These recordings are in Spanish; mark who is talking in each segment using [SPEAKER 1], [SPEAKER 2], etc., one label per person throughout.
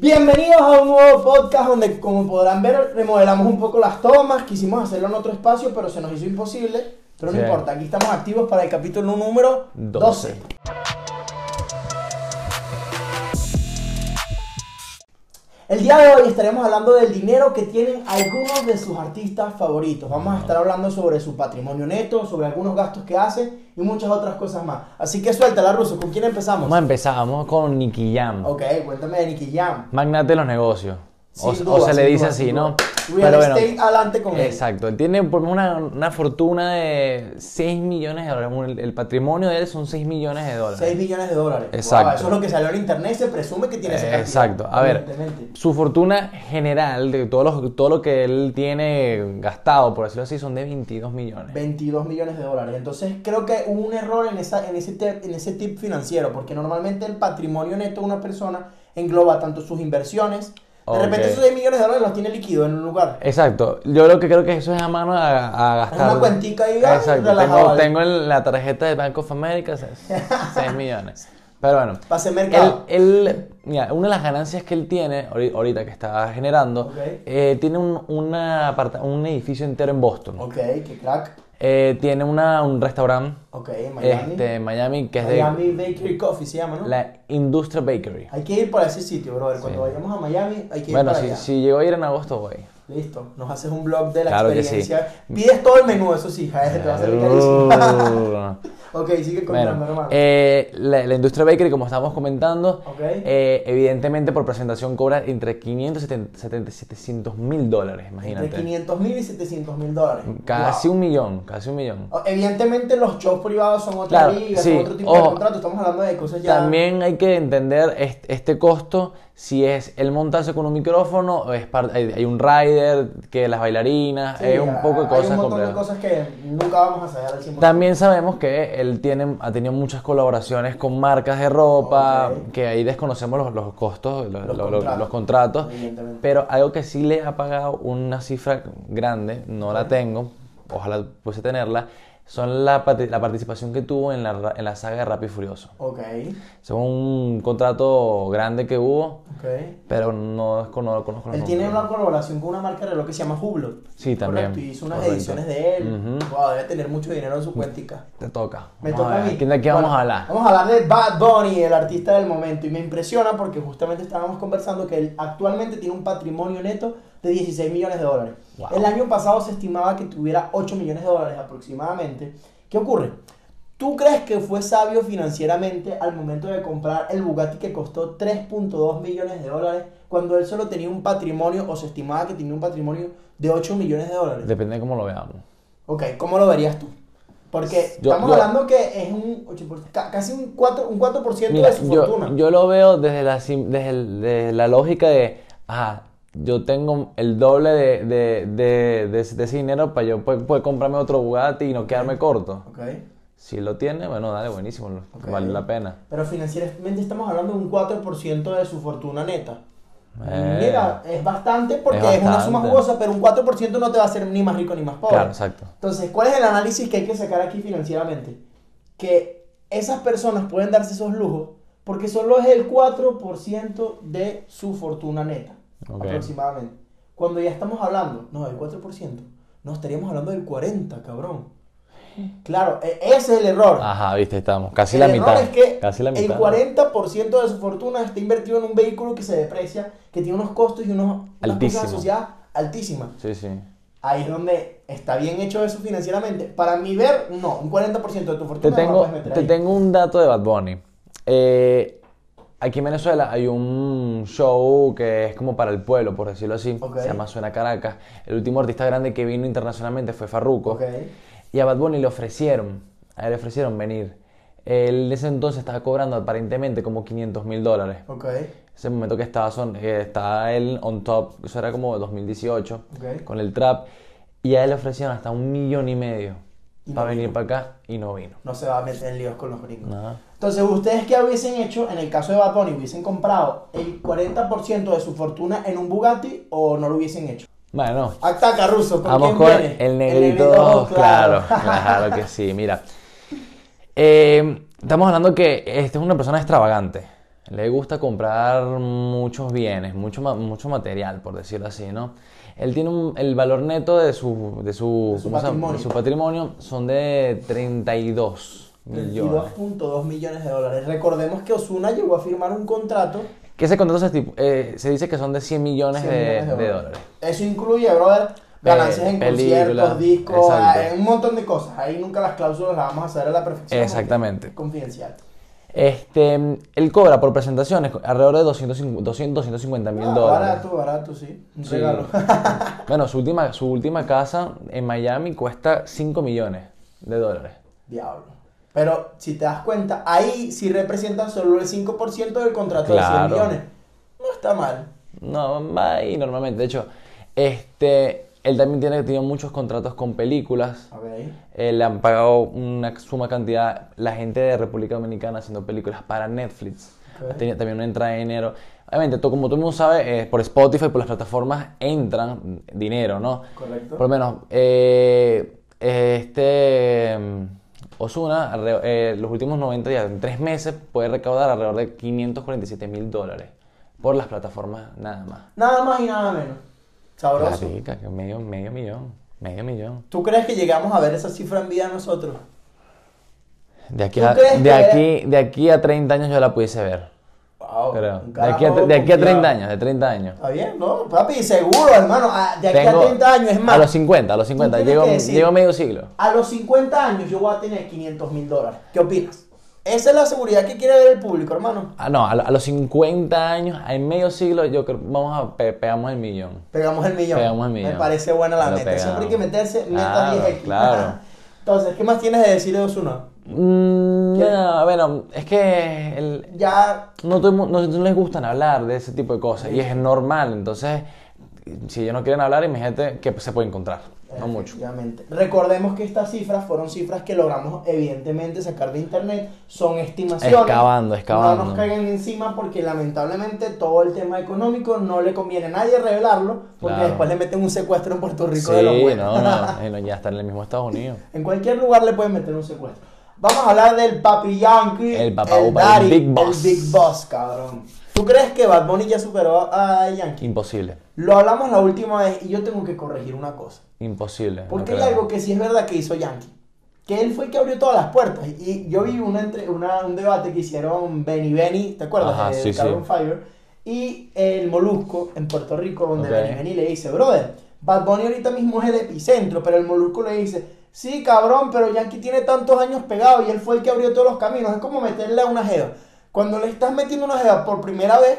[SPEAKER 1] Bienvenidos a un nuevo podcast donde, como podrán ver, remodelamos un poco las tomas. Quisimos hacerlo en otro espacio, pero se nos hizo imposible. Pero
[SPEAKER 2] Sí.
[SPEAKER 1] no importa, aquí estamos activos para el capítulo número 12.
[SPEAKER 2] 12.
[SPEAKER 1] El día de hoy estaremos hablando del dinero que tienen algunos de sus artistas favoritos. Vamos a estar hablando sobre su patrimonio neto, sobre algunos gastos que hacen y muchas otras cosas más. Así que suéltala, Ruso. ¿Con quién empezamos?
[SPEAKER 2] Vamos a empezar, vamos con Nicky Jam.
[SPEAKER 1] Ok, cuéntame de Nicky Jam.
[SPEAKER 2] Magnate de los negocios. O,
[SPEAKER 1] Sin
[SPEAKER 2] o
[SPEAKER 1] duda,
[SPEAKER 2] se le
[SPEAKER 1] sin
[SPEAKER 2] dice
[SPEAKER 1] duda,
[SPEAKER 2] así,
[SPEAKER 1] sin
[SPEAKER 2] ¿no?
[SPEAKER 1] duda. Real estate, adelante con él.
[SPEAKER 2] Exacto, él tiene por una, una fortuna de 6 millones de dólares. Bueno, El, el patrimonio de él son 6 millones de dólares.
[SPEAKER 1] 6 billones de dólares.
[SPEAKER 2] Exacto.
[SPEAKER 1] Wow, eso es lo que salió en internet, se presume que tiene esa cantidad.
[SPEAKER 2] Exacto, a ver,
[SPEAKER 1] Evidentemente.
[SPEAKER 2] su fortuna general, de todos los- todo lo que él tiene gastado, por decirlo así, son de 22 millones.
[SPEAKER 1] 22 millones de dólares. Entonces creo que hubo un error en, esa, en, ese te- en ese tip financiero, porque normalmente el patrimonio neto de una persona engloba tanto sus inversiones. De
[SPEAKER 2] Ok.
[SPEAKER 1] repente esos 6 millones de dólares los tiene líquido en un lugar.
[SPEAKER 2] Exacto, yo lo que creo que eso es a mano a, a gastar.
[SPEAKER 1] una cuentica ahí, ah,
[SPEAKER 2] Exacto,
[SPEAKER 1] relajado,
[SPEAKER 2] tengo,
[SPEAKER 1] vale.
[SPEAKER 2] tengo en la tarjeta de Bank of America 6 millones. Pero bueno,
[SPEAKER 1] Para hacer
[SPEAKER 2] él,
[SPEAKER 1] mercado.
[SPEAKER 2] él- mira, una de las ganancias que él tiene, ahori- ahorita que está generando,
[SPEAKER 1] Ok.
[SPEAKER 2] eh, tiene un, una aparta- un edificio entero en Boston.
[SPEAKER 1] Ok, qué crack.
[SPEAKER 2] Eh, tiene una, un restaurante
[SPEAKER 1] Ok, Miami.
[SPEAKER 2] este, en Miami que es de
[SPEAKER 1] Miami Bakery Coffee se llama, ¿no?
[SPEAKER 2] la Industria Bakery.
[SPEAKER 1] Hay que ir para ese sitio, brother. Cuando vayamos a Miami, hay que ir
[SPEAKER 2] Bueno,
[SPEAKER 1] para
[SPEAKER 2] si,
[SPEAKER 1] allá.
[SPEAKER 2] si llego a ir en agosto, voy.
[SPEAKER 1] Listo, nos haces un blog de la
[SPEAKER 2] Claro que sí.
[SPEAKER 1] experiencia. Pides todo el menú, eso sí, ja, te va a salir carísimo.
[SPEAKER 2] uh.
[SPEAKER 1] ok, sigue contando,
[SPEAKER 2] Bueno,
[SPEAKER 1] hermano.
[SPEAKER 2] eh, la, la industria bakery, como estábamos comentando,
[SPEAKER 1] Ok.
[SPEAKER 2] eh, evidentemente por presentación cobra entre 500 y 70 70 y 700 mil dólares,
[SPEAKER 1] Entre
[SPEAKER 2] imagínate.
[SPEAKER 1] 500 mil y 700 mil dólares.
[SPEAKER 2] Casi
[SPEAKER 1] Wow.
[SPEAKER 2] un millón, casi un millón.
[SPEAKER 1] O- Evidentemente, los shows privados son otra
[SPEAKER 2] Claro,
[SPEAKER 1] liga,
[SPEAKER 2] sí,
[SPEAKER 1] son otro tipo de
[SPEAKER 2] ojo.
[SPEAKER 1] contrato. Estamos hablando de cosas ya.
[SPEAKER 2] También hay que entender est- este costo, si es el montarse con un micrófono, o es par- hay, hay un rider, que las bailarinas,
[SPEAKER 1] Sí,
[SPEAKER 2] es un poco de
[SPEAKER 1] hay un
[SPEAKER 2] cosas
[SPEAKER 1] montón
[SPEAKER 2] complejas.
[SPEAKER 1] de cosas que nunca vamos a saber al 100%.
[SPEAKER 2] También sabemos que él tiene, ha tenido muchas colaboraciones con marcas de ropa,
[SPEAKER 1] Ok.
[SPEAKER 2] que ahí desconocemos los, los costos, los,
[SPEAKER 1] Los
[SPEAKER 2] los- los-
[SPEAKER 1] contratos.
[SPEAKER 2] los contratos,
[SPEAKER 1] Evidentemente.
[SPEAKER 2] pero algo que sí le ha pagado una cifra grande, no la tengo, ojalá pudiese tenerla, son la, parti- la participación que tuvo en la, ra- en la saga de Rápido y Furioso.
[SPEAKER 1] Ok,
[SPEAKER 2] Es un contrato grande que hubo,
[SPEAKER 1] ok.
[SPEAKER 2] pero no, descono- no conozco los
[SPEAKER 1] Él tiene
[SPEAKER 2] nombres.
[SPEAKER 1] una colaboración con una marca de reloj que se llama Hublot.
[SPEAKER 2] Sí, también,
[SPEAKER 1] Correcto, y hizo unas
[SPEAKER 2] correcto.
[SPEAKER 1] ediciones de él. Wow, debe tener mucho dinero en su cuentica.
[SPEAKER 2] Te toca.
[SPEAKER 1] Me
[SPEAKER 2] Vamos a
[SPEAKER 1] toca a
[SPEAKER 2] ver,
[SPEAKER 1] mí.
[SPEAKER 2] ¿quién- ¿De qué
[SPEAKER 1] Bueno,
[SPEAKER 2] vamos a hablar?
[SPEAKER 1] Vamos a hablar de Bad Bunny, el artista del momento. Y me impresiona porque justamente estábamos conversando que él actualmente tiene un patrimonio neto de 16 millones de dólares.
[SPEAKER 2] Wow.
[SPEAKER 1] El año pasado se estimaba que tuviera 8 millones de dólares aproximadamente. ¿Qué ocurre? ¿Tú crees que fue sabio financieramente al momento de comprar el Bugatti que costó 3.2 millones de dólares cuando él solo tenía un patrimonio o se estimaba que tenía un patrimonio de 8 millones de dólares?
[SPEAKER 2] Depende de cómo lo veamos.
[SPEAKER 1] Ok, ¿cómo lo verías tú? Porque
[SPEAKER 2] Yo-
[SPEAKER 1] estamos
[SPEAKER 2] yo-
[SPEAKER 1] hablando que es un 8%, ca- casi un 4%, un 4
[SPEAKER 2] Mira,
[SPEAKER 1] de su
[SPEAKER 2] yo,
[SPEAKER 1] fortuna.
[SPEAKER 2] yo lo veo desde la, sim- desde el- desde la lógica de, ah, yo tengo el doble de, de, de- de ese- de ese dinero para yo poder, poder comprarme otro Bugatti y no quedarme corto.
[SPEAKER 1] Ok.
[SPEAKER 2] Si lo tiene, bueno, dale, buenísimo, lo-
[SPEAKER 1] Ok.
[SPEAKER 2] vale la pena.
[SPEAKER 1] Pero financieramente estamos hablando de un 4% de su fortuna neta.
[SPEAKER 2] Eh.
[SPEAKER 1] Mira, es bastante porque es,
[SPEAKER 2] Es
[SPEAKER 1] una suma
[SPEAKER 2] bastante.
[SPEAKER 1] jugosa, pero un 4% no te va a hacer ni más rico ni más pobre.
[SPEAKER 2] Claro, exacto.
[SPEAKER 1] Entonces, ¿cuál es el análisis que hay que sacar aquí financieramente? Que esas personas pueden darse esos lujos porque solo es el 4% de su fortuna neta,
[SPEAKER 2] Ok.
[SPEAKER 1] aproximadamente. Cuando ya estamos hablando, no, del 4%, no, estaríamos hablando del 40%, cabrón. Claro, e- ese es el error.
[SPEAKER 2] Ajá, viste, estamos. Ah, Casi
[SPEAKER 1] el
[SPEAKER 2] la
[SPEAKER 1] error
[SPEAKER 2] mitad.
[SPEAKER 1] es que
[SPEAKER 2] casi la
[SPEAKER 1] el
[SPEAKER 2] mitad.
[SPEAKER 1] 40% de su fortuna está invertido en un vehículo que se deprecia, que tiene unos costos y unos, unas
[SPEAKER 2] Altísimo.
[SPEAKER 1] cosas asociadas altísimas.
[SPEAKER 2] Sí, sí.
[SPEAKER 1] Ahí es donde está bien hecho eso financieramente. Para mi ver, no, un 40% de tu
[SPEAKER 2] Te
[SPEAKER 1] fortuna no la
[SPEAKER 2] tengo,
[SPEAKER 1] puedes meter
[SPEAKER 2] te
[SPEAKER 1] ahí.
[SPEAKER 2] tengo un dato de Bad Bunny. Eh, aquí en Venezuela hay un show que es como para el pueblo, por decirlo así.
[SPEAKER 1] Ok.
[SPEAKER 2] Se llama Suena Caracas. El último artista grande que vino internacionalmente fue Farruko.
[SPEAKER 1] Ok.
[SPEAKER 2] Y a Bad Bunny le ofrecieron, a él le ofrecieron venir. Él en ese entonces estaba cobrando aparentemente como 500 mil dólares.
[SPEAKER 1] Ok.
[SPEAKER 2] Ese momento que estaba, son, eh, estaba él on top, eso era como 2018,
[SPEAKER 1] Ok.
[SPEAKER 2] con el trap. Y a él le ofrecieron hasta un millón y medio
[SPEAKER 1] Y no
[SPEAKER 2] para venir para acá y no vino.
[SPEAKER 1] No se va a meter en líos con los gringos.
[SPEAKER 2] Nada.
[SPEAKER 1] Entonces, ¿ustedes qué hubiesen hecho en el caso de Bad Bunny? ¿Hubiesen comprado el 40% de su fortuna en un Bugatti o no lo hubiesen hecho?
[SPEAKER 2] Bueno,
[SPEAKER 1] Ataca, ruso. ¿con
[SPEAKER 2] vamos
[SPEAKER 1] quién
[SPEAKER 2] con
[SPEAKER 1] viene?
[SPEAKER 2] el negrito.
[SPEAKER 1] dos,
[SPEAKER 2] claro, claro que sí. Mira, Eh, estamos hablando que este es una persona extravagante. le gusta comprar muchos bienes, mucho, ma- mucho material, por decirlo así, ¿no? Él tiene un- el valor neto de su, de su,
[SPEAKER 1] De su
[SPEAKER 2] ¿cómo se llama?
[SPEAKER 1] patrimonio.
[SPEAKER 2] de su patrimonio son de 32 millones.
[SPEAKER 1] 22.2 millones de dólares. Recordemos que Osuna llegó a firmar un contrato
[SPEAKER 2] Que ese contrato se, estipu- eh, se dice que son de 100 millones,
[SPEAKER 1] 100
[SPEAKER 2] de,
[SPEAKER 1] millones de
[SPEAKER 2] de
[SPEAKER 1] dólares.
[SPEAKER 2] dólares. Eh,
[SPEAKER 1] Eso incluye, brother, ganancias en
[SPEAKER 2] películas,
[SPEAKER 1] conciertos, discos,
[SPEAKER 2] exacto.
[SPEAKER 1] ah, un montón de cosas. Ahí nunca las cláusulas las vamos a saber a la perfección.
[SPEAKER 2] Exactamente.
[SPEAKER 1] porque es Confidencial.
[SPEAKER 2] Este, él cobra por presentaciones alrededor de 200, 250 mil
[SPEAKER 1] Ah,
[SPEAKER 2] dólares.
[SPEAKER 1] Barato, barato, sí. Un
[SPEAKER 2] Sí.
[SPEAKER 1] regalo.
[SPEAKER 2] Bueno, su última, su última casa en Miami cuesta 5 millones de dólares.
[SPEAKER 1] Diablo. Pero si te das cuenta, ahí sí representan solo el 5% del contrato
[SPEAKER 2] Claro.
[SPEAKER 1] de 100 millones. No está mal.
[SPEAKER 2] No, va ahí normalmente. De hecho, este, él también tiene, tiene muchos contratos con películas.
[SPEAKER 1] Ok.
[SPEAKER 2] Eh, le han pagado una suma cantidad la gente de República Dominicana haciendo películas para Netflix.
[SPEAKER 1] Ok.
[SPEAKER 2] Ha tenido también una entrada de dinero. Obviamente, tú, como todo el mundo sabe, eh, por Spotify, por las plataformas, entran dinero, ¿no?
[SPEAKER 1] Correcto.
[SPEAKER 2] Por lo menos, eh, este Osuna, eh, los últimos 90 días, en tres meses, puede recaudar alrededor de 547 mil dólares por las plataformas nada más.
[SPEAKER 1] Nada más y nada menos. Sabroso.
[SPEAKER 2] Marica, que medio, medio millón, medio millón.
[SPEAKER 1] ¿Tú crees que llegamos a ver esa cifra en vida nosotros?
[SPEAKER 2] De aquí,
[SPEAKER 1] ¿Tú
[SPEAKER 2] a,
[SPEAKER 1] crees
[SPEAKER 2] de,
[SPEAKER 1] que-
[SPEAKER 2] aquí, de aquí a 30 años yo la pudiese ver,
[SPEAKER 1] Wow,
[SPEAKER 2] creo.
[SPEAKER 1] un
[SPEAKER 2] De aquí, a,
[SPEAKER 1] carajo
[SPEAKER 2] de aquí a 30
[SPEAKER 1] confiado.
[SPEAKER 2] años, de 30 años.
[SPEAKER 1] Está bien, ¿no? Papi, seguro, hermano. a- de aquí
[SPEAKER 2] Tengo-
[SPEAKER 1] a 30 años, es más.
[SPEAKER 2] A los 50, a los 50,
[SPEAKER 1] tienes
[SPEAKER 2] llego,
[SPEAKER 1] que decir-
[SPEAKER 2] llego medio siglo.
[SPEAKER 1] a los 50 años yo voy a tener 500 mil dólares. ¿Qué opinas? Esa es la seguridad que quiere ver el público, hermano.
[SPEAKER 2] Ah, no, a, lo- a los 50 años, en medio siglo, yo creo, vamos a, pe- pegamos el millón.
[SPEAKER 1] Pegamos el millón.
[SPEAKER 2] Pegamos el millón.
[SPEAKER 1] Me parece buena la
[SPEAKER 2] Lo
[SPEAKER 1] meta. Siempre hay que
[SPEAKER 2] pegamos.
[SPEAKER 1] meterse meta
[SPEAKER 2] Claro,
[SPEAKER 1] 10x.
[SPEAKER 2] claro.
[SPEAKER 1] Entonces, ¿qué más tienes de decir de Osuna?
[SPEAKER 2] Mm,
[SPEAKER 1] ¿Qué?
[SPEAKER 2] no, bueno, es que el-
[SPEAKER 1] Ya,
[SPEAKER 2] no, todo el mu- no- no les gustan hablar de ese tipo de cosas y es normal, entonces si ellos no quieren hablar, imagínate que se puede encontrar, no mucho.
[SPEAKER 1] Efectivamente. Recordemos que estas cifras fueron cifras que logramos evidentemente sacar de internet, son estimaciones.
[SPEAKER 2] Excavando, excavando.
[SPEAKER 1] No nos caigan encima porque lamentablemente todo el tema económico no le conviene a nadie revelarlo porque
[SPEAKER 2] Claro.
[SPEAKER 1] después le meten un secuestro en Puerto Rico
[SPEAKER 2] Sí,
[SPEAKER 1] de los buenos.
[SPEAKER 2] no, no, y no, ya está en el mismo Estados Unidos.
[SPEAKER 1] En cualquier lugar le pueden meter un secuestro. Vamos a hablar del papi Yankee,
[SPEAKER 2] El papá upa, el
[SPEAKER 1] daddy,
[SPEAKER 2] big boss.
[SPEAKER 1] el Big Boss, cabrón. ¿Tú crees que Bad Bunny ya superó a Yankee?
[SPEAKER 2] Imposible,
[SPEAKER 1] Lo hablamos la última vez y yo tengo que corregir una cosa.
[SPEAKER 2] imposible. no
[SPEAKER 1] Porque
[SPEAKER 2] creo.
[SPEAKER 1] hay algo que sí es verdad que hizo Yankee. Que él fue el que abrió todas las puertas. Y yo vi una entre, una- un debate que hicieron Benny Benny, ¿te acuerdas?
[SPEAKER 2] Ajá,
[SPEAKER 1] de
[SPEAKER 2] sí, sí.
[SPEAKER 1] Carbon Fiber. Y el Molusco en Puerto Rico, donde
[SPEAKER 2] Ok.
[SPEAKER 1] Benny Benny le dice, brother, Bad Bunny ahorita mismo es el epicentro, pero el Molusco le dice, sí, cabrón, pero Yankee tiene tantos años pegado y él fue el que abrió todos los caminos. Es como meterle a una jeva. Cuando le estás metiendo una jeva por primera vez,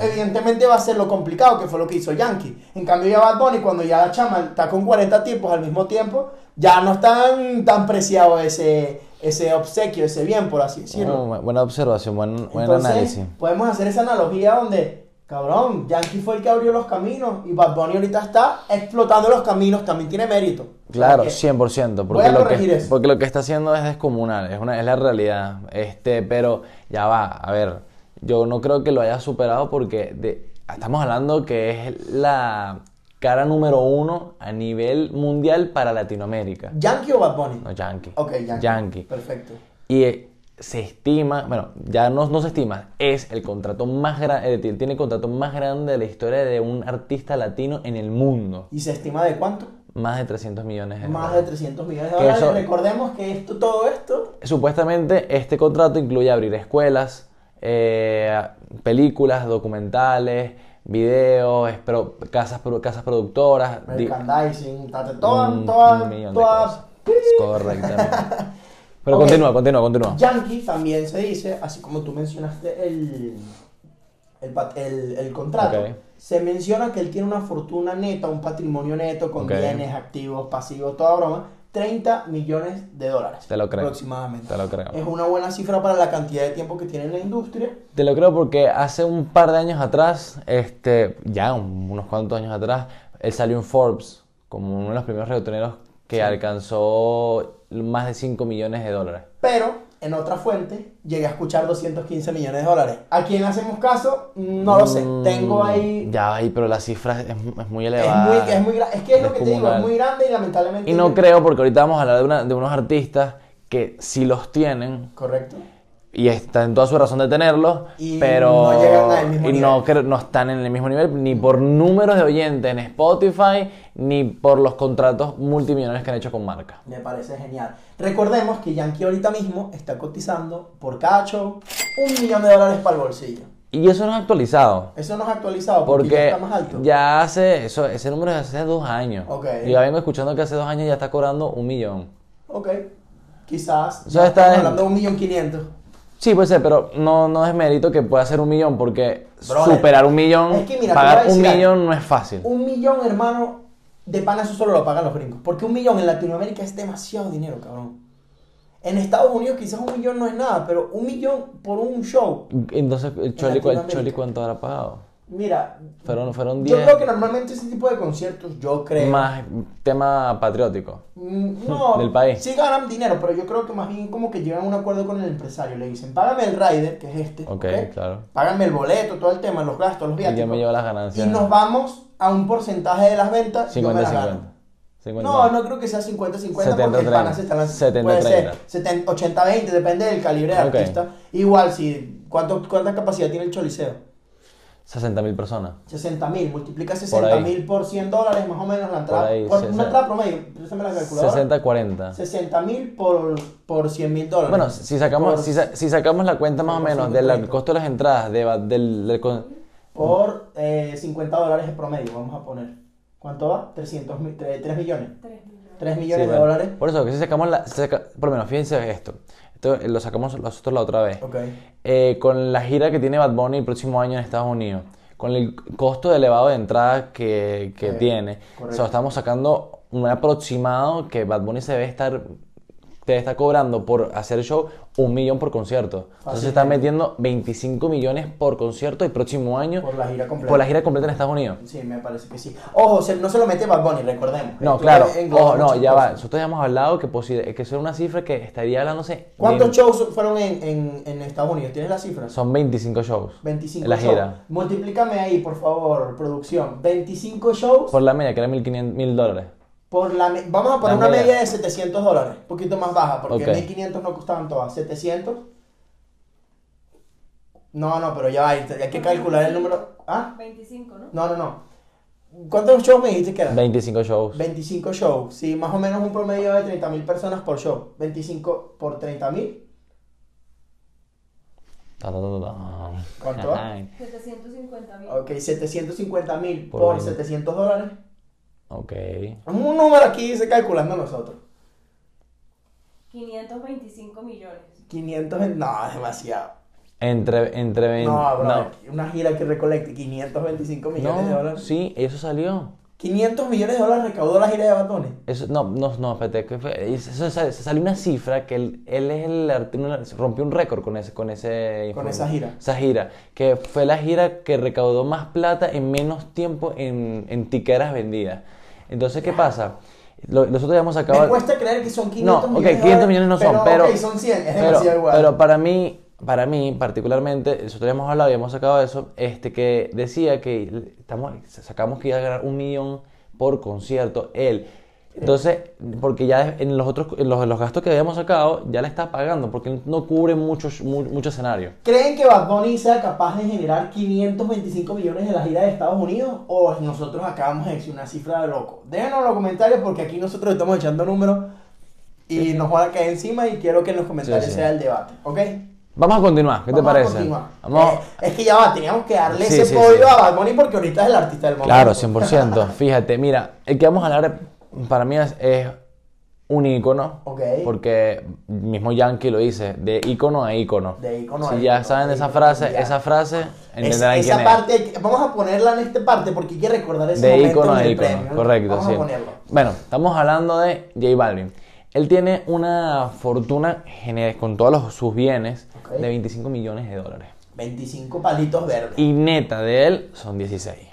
[SPEAKER 1] Evidentemente va a ser lo complicado, que fue lo que hizo Yankee. En cambio, ya Bad Bunny, cuando ya la chama está con 40 tipos al mismo tiempo, ya no es tan, tan preciado ese, ese obsequio, ese bien, por así
[SPEAKER 2] No,
[SPEAKER 1] decirlo.
[SPEAKER 2] bu- buena observación, buen, buen
[SPEAKER 1] Entonces,
[SPEAKER 2] análisis.
[SPEAKER 1] podemos hacer esa analogía donde, cabrón, Yankee fue el que abrió los caminos y Bad Bunny ahorita está explotando los caminos, también tiene mérito.
[SPEAKER 2] Claro,
[SPEAKER 1] Porque
[SPEAKER 2] 100%,
[SPEAKER 1] Voy
[SPEAKER 2] porque
[SPEAKER 1] a
[SPEAKER 2] lo,
[SPEAKER 1] corregir
[SPEAKER 2] que,
[SPEAKER 1] eso.
[SPEAKER 2] porque lo que está haciendo es descomunal, es, una, es la realidad. Este, pero ya va, a ver, yo no creo que lo haya superado porque de- estamos hablando que es la cara número uno a nivel mundial para Latinoamérica,
[SPEAKER 1] ¿Yankee o Bad Bunny?
[SPEAKER 2] no Yankee.
[SPEAKER 1] Ok, Yankee.
[SPEAKER 2] Yankee.
[SPEAKER 1] Perfecto.
[SPEAKER 2] Y eh, se estima, bueno, ya no, no se estima, es el contrato más grande, tiene el contrato más grande de la historia de un artista latino en el mundo.
[SPEAKER 1] ¿Y se estima de cuánto?
[SPEAKER 2] Más de 300 millones de
[SPEAKER 1] Más
[SPEAKER 2] dólares.
[SPEAKER 1] de 300 millones de
[SPEAKER 2] Que
[SPEAKER 1] dólares.
[SPEAKER 2] eso-
[SPEAKER 1] Recordemos que esto, todo esto
[SPEAKER 2] Supuestamente este contrato incluye abrir escuelas, eh, películas, documentales, videos, es pro- casas, pro- casas productoras. di-
[SPEAKER 1] Merchandising, tate, toda,
[SPEAKER 2] un
[SPEAKER 1] toda,
[SPEAKER 2] millón de cosas.
[SPEAKER 1] toda-
[SPEAKER 2] Correctamente. Pero
[SPEAKER 1] Ok.
[SPEAKER 2] continúa, continúa, continúa.
[SPEAKER 1] Yankee también se dice, así como tú mencionaste el, el, pat- el- el contrato,
[SPEAKER 2] Ok.
[SPEAKER 1] se menciona que él tiene una fortuna neta, un patrimonio neto con
[SPEAKER 2] Ok.
[SPEAKER 1] bienes, activos, pasivos, toda broma, 30 millones de dólares.
[SPEAKER 2] Te lo creo.
[SPEAKER 1] Aproximadamente.
[SPEAKER 2] Te lo creo.
[SPEAKER 1] Es una buena cifra para la cantidad de tiempo que tiene en la industria.
[SPEAKER 2] Te lo creo porque hace un par de años atrás, este, ya un- unos cuantos años atrás, él salió en Forbes como uno de los primeros reggaetoneros que alcanzó más de 5 millones de dólares.
[SPEAKER 1] Pero en otra fuente llegué a escuchar 215 millones de dólares. ¿A quién hacemos caso? No lo sé.
[SPEAKER 2] Mm,
[SPEAKER 1] Tengo ahí
[SPEAKER 2] Ya, ahí, pero la cifra es, es muy
[SPEAKER 1] Es
[SPEAKER 2] elevada.
[SPEAKER 1] muy, es muy gra- es que es lo que te digo, es
[SPEAKER 2] Descomunal.
[SPEAKER 1] muy grande y lamentablemente.
[SPEAKER 2] Y no creo, porque ahorita vamos a hablar de, una- de unos artistas que si los tienen
[SPEAKER 1] Correcto.
[SPEAKER 2] y, y está en toda su razón de tenerlos,
[SPEAKER 1] Y
[SPEAKER 2] pero
[SPEAKER 1] no llegan al mismo
[SPEAKER 2] y
[SPEAKER 1] nivel.
[SPEAKER 2] no, cre- no están en el mismo nivel ni por números de oyentes en Spotify ni por los contratos multimillonarios que han hecho con marcas.
[SPEAKER 1] Me parece genial. Recordemos que Yankee ahorita mismo está cotizando por cada show un millón de dólares para el bolsillo.
[SPEAKER 2] Y eso no es actualizado.
[SPEAKER 1] Eso no es actualizado porque, ya
[SPEAKER 2] Porque
[SPEAKER 1] está más alto.
[SPEAKER 2] ya hace, eso, ese número es hace dos años.
[SPEAKER 1] Ok.
[SPEAKER 2] Y ya vengo escuchando que hace dos años ya está cobrando un millón.
[SPEAKER 1] Ok. Quizás.
[SPEAKER 2] O sea, está
[SPEAKER 1] estamos
[SPEAKER 2] en-
[SPEAKER 1] hablando de un millón quinientos.
[SPEAKER 2] Sí, puede ser, pero no, no es mérito que pueda ser un millón, porque
[SPEAKER 1] Brother,
[SPEAKER 2] superar un millón,
[SPEAKER 1] es que mira, te voy
[SPEAKER 2] pagar
[SPEAKER 1] a
[SPEAKER 2] un
[SPEAKER 1] decir algo.
[SPEAKER 2] millón no es fácil.
[SPEAKER 1] Un millón, hermano, de pan eso solo lo pagan los gringos. Porque un millón en Latinoamérica es demasiado dinero, cabrón. En Estados Unidos quizás un millón no es nada, pero un millón por un show.
[SPEAKER 2] Entonces, el Choli, ¿cuál-
[SPEAKER 1] Latinoamérica.
[SPEAKER 2] Choli cuánto habrá pagado?
[SPEAKER 1] Mira,
[SPEAKER 2] Fueron, fueron
[SPEAKER 1] yo
[SPEAKER 2] 10
[SPEAKER 1] creo que normalmente ese tipo de conciertos, yo creo.
[SPEAKER 2] más tema patriótico.
[SPEAKER 1] Mm, No,
[SPEAKER 2] Del país.
[SPEAKER 1] sí ganan dinero, pero yo creo que más bien como que llegan a un acuerdo con el empresario. Le dicen, págame el rider, que es este.
[SPEAKER 2] Ok, claro.
[SPEAKER 1] Págame el boleto, todo el tema, los gastos, los
[SPEAKER 2] Y yo me llevo
[SPEAKER 1] viáticos.
[SPEAKER 2] las
[SPEAKER 1] Y
[SPEAKER 2] ganancias.
[SPEAKER 1] nos vamos a un porcentaje de las ventas. yo me las gano.
[SPEAKER 2] 50-50. 50.
[SPEAKER 1] No, no creo que sea 50-50 porque el
[SPEAKER 2] 70-30.
[SPEAKER 1] pana se está lanzando.
[SPEAKER 2] 70-30.
[SPEAKER 1] Puede ser 70, 80-20, depende del calibre del
[SPEAKER 2] Ok.
[SPEAKER 1] artista. Igual, si ¿cuánto, ¿cuánta capacidad tiene el Choliseo?
[SPEAKER 2] 60 mil personas.
[SPEAKER 1] 60 mil, multiplica
[SPEAKER 2] Por
[SPEAKER 1] 60
[SPEAKER 2] ahí.
[SPEAKER 1] mil por 100 dólares más o menos la entrada.
[SPEAKER 2] Por ahí,
[SPEAKER 1] Por-
[SPEAKER 2] se-
[SPEAKER 1] una
[SPEAKER 2] se-
[SPEAKER 1] entrada promedio, préstame la calculadora.
[SPEAKER 2] 60-40.
[SPEAKER 1] 60 mil por, por 100 mil dólares.
[SPEAKER 2] Bueno, si sacamos,
[SPEAKER 1] Por-
[SPEAKER 2] si, sa- si sacamos la cuenta más o
[SPEAKER 1] por
[SPEAKER 2] menos del
[SPEAKER 1] 50.
[SPEAKER 2] costo de las entradas, de, va- del, del con-
[SPEAKER 1] Por eh, 50 dólares de promedio, vamos a poner. ¿Cuánto va? 300 mil, 3, millones.
[SPEAKER 3] 3 millones.
[SPEAKER 1] 3
[SPEAKER 2] sí,
[SPEAKER 1] millones de
[SPEAKER 2] bueno.
[SPEAKER 1] dólares.
[SPEAKER 2] Por eso, que si sacamos la. si saca- por lo menos, fíjense esto. Esto eh, lo sacamos nosotros la otra vez.
[SPEAKER 1] Ok.
[SPEAKER 2] Eh, con la gira que tiene Bad Bunny el próximo año en Estados Unidos, con el costo elevado de entrada que, que
[SPEAKER 1] Ok,
[SPEAKER 2] tiene,
[SPEAKER 1] correcto.
[SPEAKER 2] o sea, estamos sacando un aproximado que Bad Bunny se debe estar, te está cobrando por hacer show un millón por concierto. Entonces se está metiendo 25 millones por concierto el próximo año
[SPEAKER 1] Por la gira completa.
[SPEAKER 2] por la gira completa en Estados Unidos.
[SPEAKER 1] Sí, me parece que sí. Ojo, se- no se lo mete Bad Bunny, recordemos.
[SPEAKER 2] No,
[SPEAKER 1] Esto
[SPEAKER 2] claro.
[SPEAKER 1] engloba
[SPEAKER 2] Ojo, no,
[SPEAKER 1] muchas
[SPEAKER 2] ya va.
[SPEAKER 1] cosas.
[SPEAKER 2] Nosotros ya hemos hablado que, posi- eh, que eso era una cifra que estaría hablándose. de-
[SPEAKER 1] ¿Cuántos shows fueron en, en, en Estados Unidos? ¿Tienes la cifra?
[SPEAKER 2] Son 25 shows.
[SPEAKER 1] 25
[SPEAKER 2] en la
[SPEAKER 1] shows.
[SPEAKER 2] gira.
[SPEAKER 1] Multiplícame ahí, por favor, producción. 25 shows
[SPEAKER 2] Por la media, que era 1.500 mil dólares.
[SPEAKER 1] Por la me- vamos a poner
[SPEAKER 2] La
[SPEAKER 1] una
[SPEAKER 2] media.
[SPEAKER 1] media de 700 dólares, un poquito más baja, porque
[SPEAKER 2] Ok.
[SPEAKER 1] 1500 no costaban todas. 700. No, no, pero ya va, hay que calcular el número. ¿Ah?
[SPEAKER 3] 25, ¿no?
[SPEAKER 1] No, no, no. ¿Cuántos shows me dijiste que eran?
[SPEAKER 2] 25 shows.
[SPEAKER 1] 25 shows, sí, más o menos un promedio de 30.000 personas por show. 25 por 30.000,
[SPEAKER 2] Ta, ta, ta, ta, ta.
[SPEAKER 1] ¿Cuánto?
[SPEAKER 2] Ay,
[SPEAKER 3] 750 mil.
[SPEAKER 1] ok, 750.000 por,
[SPEAKER 2] Por veinte.
[SPEAKER 1] 700 dólares.
[SPEAKER 2] Ok.
[SPEAKER 1] Un número aquí se calculando nosotros.
[SPEAKER 3] 525 millones.
[SPEAKER 1] 500, en- no, es demasiado.
[SPEAKER 2] Entre, entre 20.
[SPEAKER 1] No, bro, una gira que recolecte 525 millones de dólares.
[SPEAKER 2] sí, eso salió.
[SPEAKER 1] 500 millones de dólares recaudó la gira de Bad Bunny.
[SPEAKER 2] Eso, no, no, no, espérate, ¿qué fue? Eso, sal- salió una cifra que él, él es el art- una- rompió un récord con ese, con ese informe.
[SPEAKER 1] esa gira.
[SPEAKER 2] Esa gira, que fue la gira que recaudó más plata en menos tiempo en, en tiqueras vendidas. Entonces, ¿qué pasa? Lo- nosotros ya hemos sacado...
[SPEAKER 1] Me cuesta creer que son 500
[SPEAKER 2] No,
[SPEAKER 1] millones.
[SPEAKER 2] ok,
[SPEAKER 1] de
[SPEAKER 2] 500 millones no son,
[SPEAKER 1] dólares,
[SPEAKER 2] pero.
[SPEAKER 1] ok, son 100, es
[SPEAKER 2] pero-
[SPEAKER 1] demasiado igual.
[SPEAKER 2] Pero para mí, para mí, particularmente, nosotros ya hemos hablado y hemos sacado eso, este que decía que estamos, sacamos que iba a ganar un millón por concierto él. Entonces, porque ya en los otros, en los, en los gastos que habíamos sacado, ya le está pagando, porque no cubre muchos, mu- mucho escenario.
[SPEAKER 1] ¿Creen que Bad Bunny sea capaz de generar 525 millones de la gira de Estados Unidos? ¿O nosotros acabamos de decir una cifra de loco? Déjenos en los comentarios porque aquí nosotros estamos echando números y nos van a caer encima y quiero que en los comentarios
[SPEAKER 2] Sí, sí.
[SPEAKER 1] sea el debate, ¿ok?
[SPEAKER 2] Vamos a continuar, ¿qué
[SPEAKER 1] Vamos a
[SPEAKER 2] te parece?
[SPEAKER 1] continuar.
[SPEAKER 2] Vamos.
[SPEAKER 1] Eh, es que ya va, teníamos que darle
[SPEAKER 2] Sí,
[SPEAKER 1] ese
[SPEAKER 2] sí,
[SPEAKER 1] pollo
[SPEAKER 2] sí.
[SPEAKER 1] a Bad Bunny porque ahorita es el artista del momento.
[SPEAKER 2] Claro, 100%. Fíjate, mira, el que vamos a hablar para mí es, es un ícono.
[SPEAKER 1] Ok.
[SPEAKER 2] Porque mismo Yankee lo dice, de ícono a ícono.
[SPEAKER 1] De ícono
[SPEAKER 2] si
[SPEAKER 1] a
[SPEAKER 2] ya
[SPEAKER 1] ícono,
[SPEAKER 2] saben
[SPEAKER 1] de
[SPEAKER 2] de esa
[SPEAKER 1] ícono
[SPEAKER 2] frase,
[SPEAKER 1] mundial.
[SPEAKER 2] esa frase,
[SPEAKER 1] Es-
[SPEAKER 2] entenderán
[SPEAKER 1] esa
[SPEAKER 2] quién es.
[SPEAKER 1] parte, hay que- vamos a ponerla en esta parte porque hay que recordar ese
[SPEAKER 2] De
[SPEAKER 1] momento
[SPEAKER 2] ícono
[SPEAKER 1] en
[SPEAKER 2] a
[SPEAKER 1] el
[SPEAKER 2] ícono,
[SPEAKER 1] premio.
[SPEAKER 2] correcto,
[SPEAKER 1] Vamos
[SPEAKER 2] sí.
[SPEAKER 1] a ponerlo.
[SPEAKER 2] Bueno, estamos hablando de J Balvin. Él tiene una fortuna gene- con todos los- sus bienes
[SPEAKER 1] Ok.
[SPEAKER 2] de 25 millones de dólares.
[SPEAKER 1] 25 palitos verdes.
[SPEAKER 2] Y neta de él son 16.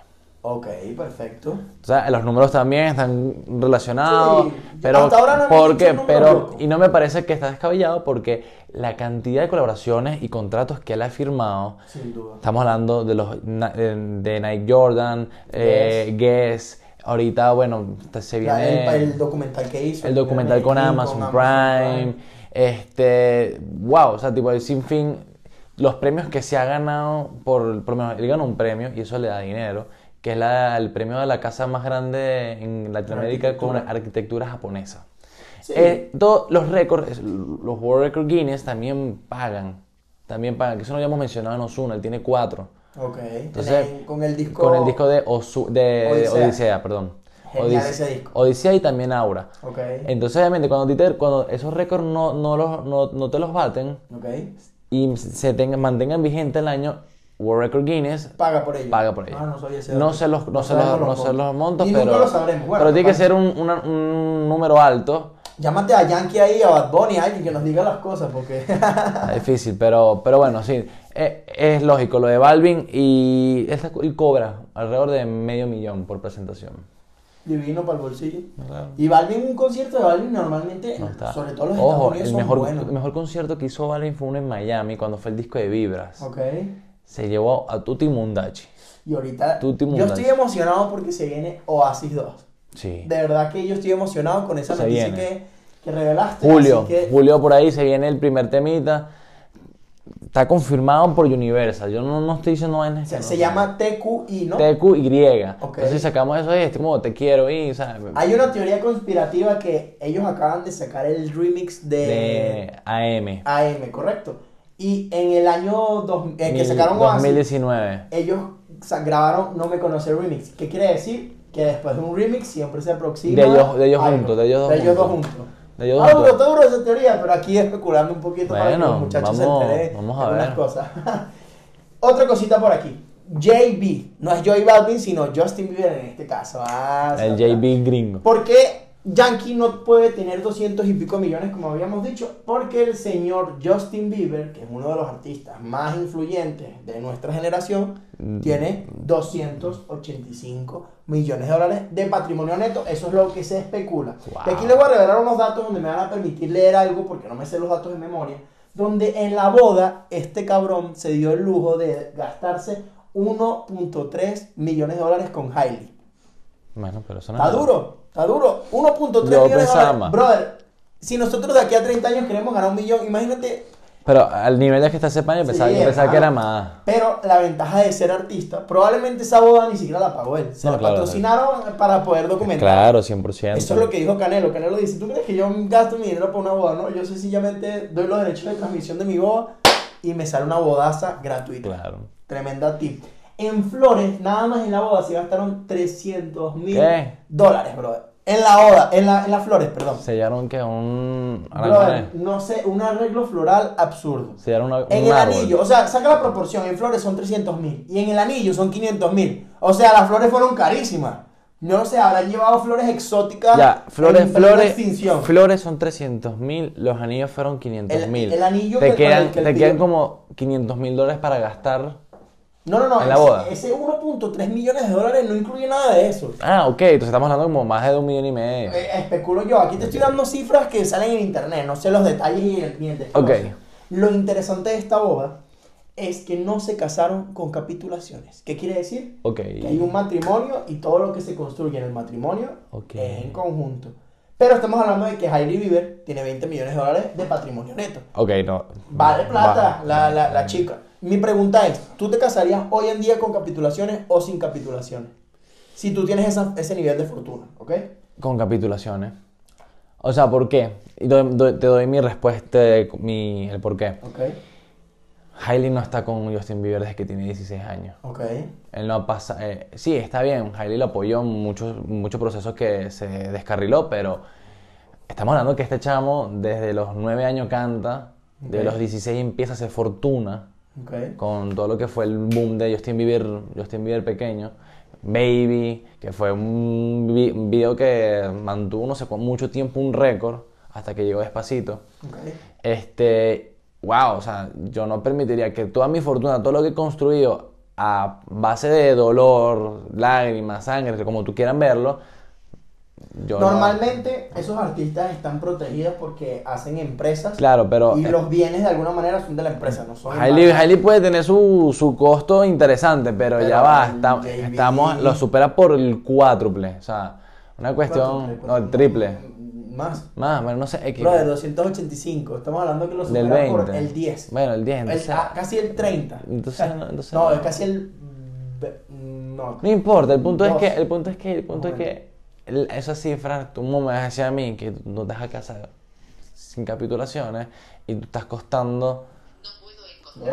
[SPEAKER 1] Ok, perfecto.
[SPEAKER 2] O sea, los números también están relacionados.
[SPEAKER 1] Sí,
[SPEAKER 2] pero
[SPEAKER 1] hasta ahora no hemos
[SPEAKER 2] porque,
[SPEAKER 1] dicho números
[SPEAKER 2] pero
[SPEAKER 1] locos.
[SPEAKER 2] y no me parece que está descabellado porque la cantidad de colaboraciones y contratos que él ha firmado,
[SPEAKER 1] Sin duda.
[SPEAKER 2] estamos hablando de los na- de, de Nike Jordan, eh, Guess, ahorita bueno, se
[SPEAKER 1] La-
[SPEAKER 2] viene
[SPEAKER 1] el, el documental que hizo.
[SPEAKER 2] el documental con
[SPEAKER 1] Medellín,
[SPEAKER 2] Amazon
[SPEAKER 1] Amazon
[SPEAKER 2] Prime, Este, wow, o sea, tipo, el sinfín, los premios que se ha ganado, por, por lo menos, él gana un premio y eso le da dinero, que es la- el premio de la casa más grande en Latinoamérica con arquitectura japonesa.
[SPEAKER 1] Sí.
[SPEAKER 2] Eh, todos los récords, es- los World Record Guinness también pagan, también pagan, que eso no habíamos mencionado en Ozuna, él tiene cuatro.
[SPEAKER 1] Ok.
[SPEAKER 2] Entonces,
[SPEAKER 1] Tenés- con el disco.
[SPEAKER 2] Con el disco de, Ozu- de
[SPEAKER 1] Odisea.
[SPEAKER 2] Odisea. perdón.
[SPEAKER 1] Genial
[SPEAKER 2] Odise-
[SPEAKER 1] ese disco.
[SPEAKER 2] Odisea y también Aura.
[SPEAKER 1] Ok.
[SPEAKER 2] Entonces, obviamente, cuando, a ti te- cuando esos récords no, no, los, no, no te los baten
[SPEAKER 1] Ok.
[SPEAKER 2] y se tengan- mantengan vigente el año, World Record Guinness
[SPEAKER 1] Paga por ello.
[SPEAKER 2] paga por ello.
[SPEAKER 1] Ah, no sabía ese
[SPEAKER 2] No
[SPEAKER 1] dato.
[SPEAKER 2] sé los, no sé
[SPEAKER 1] sabemos
[SPEAKER 2] los, no sé los montos,
[SPEAKER 1] Ni
[SPEAKER 2] pero,
[SPEAKER 1] nunca lo sabremos. Bueno,
[SPEAKER 2] pero tiene que
[SPEAKER 1] capaz-
[SPEAKER 2] ser un, una- un número alto.
[SPEAKER 1] Llámate a Yankee ahí, a Bad Bunny, a alguien que nos diga las cosas, porque.
[SPEAKER 2] Está difícil, pero, pero bueno, sí. Eh, Es, lógico lo de Balvin y esa- y cobra alrededor de medio millón por presentación.
[SPEAKER 1] Divino para el bolsillo.
[SPEAKER 2] Claro.
[SPEAKER 1] Y Balvin, un concierto de Balvin normalmente,
[SPEAKER 2] No está.
[SPEAKER 1] Eh, sobre todo los
[SPEAKER 2] Ojo,
[SPEAKER 1] Estados Unidos,
[SPEAKER 2] el
[SPEAKER 1] son
[SPEAKER 2] mejor,
[SPEAKER 1] buenos.
[SPEAKER 2] el mejor concierto que hizo Balvin fue uno en Miami cuando fue el disco de Vibras.
[SPEAKER 1] Ok.
[SPEAKER 2] Se llevó a Tutti Mundachi.
[SPEAKER 1] Y ahorita.
[SPEAKER 2] Tú, Timo
[SPEAKER 1] yo
[SPEAKER 2] Mundax.
[SPEAKER 1] estoy emocionado porque se viene Oasis 2.
[SPEAKER 2] Sí.
[SPEAKER 1] De verdad que yo estoy emocionado con esa
[SPEAKER 2] Se
[SPEAKER 1] noticia
[SPEAKER 2] viene.
[SPEAKER 1] que, que revelaste.
[SPEAKER 2] Julio,
[SPEAKER 1] así que-
[SPEAKER 2] Julio por ahí se viene el primer temita. Está confirmado por Universal. Yo no, no estoy diciendo
[SPEAKER 1] o
[SPEAKER 2] vainas que
[SPEAKER 1] sea,
[SPEAKER 2] no
[SPEAKER 1] se
[SPEAKER 2] sé.
[SPEAKER 1] llama TQI, ¿no?
[SPEAKER 2] TQY.
[SPEAKER 1] Ok.
[SPEAKER 2] Entonces sacamos eso y es como te quiero y, ¿sabes?
[SPEAKER 1] Hay una teoría conspirativa que ellos acaban de sacar el remix de, eh,
[SPEAKER 2] de AM.
[SPEAKER 1] AM, correcto. Y en el año dos- eh, que
[SPEAKER 2] Mil-
[SPEAKER 1] sacaron Oasis,
[SPEAKER 2] 2019.
[SPEAKER 1] ellos sa- grabaron No Me Conoce Remix. ¿Qué quiere decir? Que después de un remix siempre se aproxima.
[SPEAKER 2] De ellos- de ellos
[SPEAKER 1] algo.
[SPEAKER 2] juntos, de ellos dos juntos.
[SPEAKER 1] juntos.
[SPEAKER 2] De ellos
[SPEAKER 1] Ah,
[SPEAKER 2] juntos.
[SPEAKER 1] pero está duro esa teoría, pero aquí especulando un poquito para que
[SPEAKER 2] Bueno,
[SPEAKER 1] los muchachos
[SPEAKER 2] vamos-
[SPEAKER 1] se enteren
[SPEAKER 2] vamos a
[SPEAKER 1] de algunas
[SPEAKER 2] ver.
[SPEAKER 1] cosas. Otra cosita por aquí. JB, no es Joy Balvin, sino Justin Bieber en este caso. Ah,
[SPEAKER 2] El
[SPEAKER 1] sabrá.
[SPEAKER 2] JB gringo.
[SPEAKER 1] ¿Por qué Yankee no puede tener 200 y pico millones, como habíamos dicho? Porque el señor Justin Bieber, que es uno de los artistas más influyentes de nuestra generación, tiene 285 millones de dólares de patrimonio neto. Eso es lo que se especula.
[SPEAKER 2] Wow.
[SPEAKER 1] Y aquí les voy a revelar unos datos donde me van a permitir leer algo, porque no me sé los datos de memoria. Donde en la boda, este cabrón se dio el lujo de gastarse 1.3 millones de dólares con Hailey.
[SPEAKER 2] Bueno, pero eso no
[SPEAKER 1] Está
[SPEAKER 2] es-
[SPEAKER 1] duro, está duro. 1.3
[SPEAKER 2] Yo
[SPEAKER 1] millones de
[SPEAKER 2] pensaba
[SPEAKER 1] dólares.
[SPEAKER 2] más.
[SPEAKER 1] Brother, si nosotros de aquí a 30 años queremos ganar un millón, imagínate.
[SPEAKER 2] Pero al nivel de que está ese paño, pensaba,
[SPEAKER 1] Sí,
[SPEAKER 2] yo pensaba que era
[SPEAKER 1] hermano.
[SPEAKER 2] más.
[SPEAKER 1] Pero la ventaja de ser artista, probablemente esa boda ni siquiera la pagó él. Se
[SPEAKER 2] No,
[SPEAKER 1] la
[SPEAKER 2] claro.
[SPEAKER 1] patrocinaron para poder documentar.
[SPEAKER 2] Claro, 100%.
[SPEAKER 1] Eso es lo que dijo Canelo. Canelo dice, ¿tú crees que yo gasto mi dinero para una boda? No, yo sencillamente doy los derechos de transmisión de mi boda y me sale una bodaza gratuita.
[SPEAKER 2] Claro.
[SPEAKER 1] Tremenda tip. En flores, nada más en la boda se gastaron 300 mil
[SPEAKER 2] ¿Qué?
[SPEAKER 1] dólares, brother. En la boda, en, la, en las flores, perdón.
[SPEAKER 2] Sellaron que un.
[SPEAKER 1] Brother,
[SPEAKER 2] aranjuez.
[SPEAKER 1] no sé, un arreglo floral absurdo.
[SPEAKER 2] Sellaron una- un
[SPEAKER 1] En el
[SPEAKER 2] árbol.
[SPEAKER 1] anillo, o sea, saca la proporción, en flores son 300 mil y en el anillo son 500 mil. O sea, las flores fueron carísimas. Yo no sé, habrán llevado flores exóticas.
[SPEAKER 2] Ya, flores,
[SPEAKER 1] en plena
[SPEAKER 2] flores.
[SPEAKER 1] Extinción.
[SPEAKER 2] Flores son 300 mil, los anillos fueron 500 mil.
[SPEAKER 1] El- el anillo
[SPEAKER 2] te
[SPEAKER 1] que- con
[SPEAKER 2] quedan,
[SPEAKER 1] el que el
[SPEAKER 2] te quedan
[SPEAKER 1] pibe-
[SPEAKER 2] como 500 mil dólares para gastar.
[SPEAKER 1] no, no, no.
[SPEAKER 2] en la
[SPEAKER 1] ese-
[SPEAKER 2] boda.
[SPEAKER 1] Ese, 1.3 millones de dólares no incluye nada de eso.
[SPEAKER 2] Ah, ok, entonces estamos hablando como más de un millón y medio.
[SPEAKER 1] Eh, especulo yo. Aquí te estoy dando cifras que salen en internet. No sé los detalles y el cliente.
[SPEAKER 2] Ok.
[SPEAKER 1] Lo interesante de esta boda es que no se casaron con capitulaciones. ¿Qué quiere decir?
[SPEAKER 2] Ok.
[SPEAKER 1] Que hay un matrimonio y todo lo que se construye en el matrimonio
[SPEAKER 2] Ok.
[SPEAKER 1] es en conjunto. Pero estamos hablando de que Hailey Bieber tiene 20 millones de dólares de patrimonio neto.
[SPEAKER 2] Ok, no.
[SPEAKER 1] Vale plata
[SPEAKER 2] Va-
[SPEAKER 1] la, la- la chica. Mi pregunta es, ¿tú te casarías hoy en día con capitulaciones o sin capitulaciones? Si tú tienes esa- ese nivel de fortuna, ¿ok?
[SPEAKER 2] Con capitulaciones. O sea, ¿por qué? Y doy- doy- te doy mi respuesta, mi, el por qué.
[SPEAKER 1] Ok,
[SPEAKER 2] Hailey no está con Justin Bieber desde que tiene 16 años.
[SPEAKER 1] ok.
[SPEAKER 2] Él no pasa. eh, sí, está bien. Hailey lo apoyó en muchos, muchos procesos que se descarriló, pero estamos hablando que este chamo desde los 9 años canta, de
[SPEAKER 1] Ok.
[SPEAKER 2] los 16 empieza a hacer fortuna
[SPEAKER 1] Ok.
[SPEAKER 2] con todo lo que fue el boom de Justin Bieber, Justin Bieber pequeño, Baby, que fue un vi- un video que mantuvo no sé cu- mucho tiempo un récord hasta que llegó despacito.
[SPEAKER 1] ok.
[SPEAKER 2] Este, wow, o sea, yo no permitiría que toda mi fortuna, todo lo que he construido a base de dolor, lágrimas, sangre, como tú quieran verlo, yo no.
[SPEAKER 1] Normalmente esos artistas están protegidos porque hacen empresas
[SPEAKER 2] Claro, pero
[SPEAKER 1] y
[SPEAKER 2] eh,
[SPEAKER 1] los bienes de alguna manera son de la empresa, no son
[SPEAKER 2] Hailey,
[SPEAKER 1] embargados.
[SPEAKER 2] Hailey puede tener su, su costo interesante, pero,
[SPEAKER 1] Pero
[SPEAKER 2] ya va,
[SPEAKER 1] el
[SPEAKER 2] está-
[SPEAKER 1] JB.
[SPEAKER 2] estamos, lo supera por el cuádruple, o sea, una cuestión,
[SPEAKER 1] Cuatro, tres,
[SPEAKER 2] no,
[SPEAKER 1] cuatro,
[SPEAKER 2] el triple.
[SPEAKER 1] mm, Más.
[SPEAKER 2] Más, bueno, no sé, X.
[SPEAKER 1] Bro, de 285. Estamos hablando que lo
[SPEAKER 2] del
[SPEAKER 1] supera
[SPEAKER 2] 20.
[SPEAKER 1] por el 10.
[SPEAKER 2] Bueno, el 10,
[SPEAKER 1] El-
[SPEAKER 2] entonces.
[SPEAKER 1] ah, casi el 30.
[SPEAKER 2] entonces no- entonces
[SPEAKER 1] no,
[SPEAKER 2] no.
[SPEAKER 1] es casi el. ve- mm, No.
[SPEAKER 2] No importa, el punto es
[SPEAKER 1] Dos.
[SPEAKER 2] que, el punto es que, el punto es
[SPEAKER 1] Momento.
[SPEAKER 2] que el- esas cifras, tú me vas a decir a mí que tú no te vas a casar sin capitulaciones y tú estás costando.
[SPEAKER 4] No puedo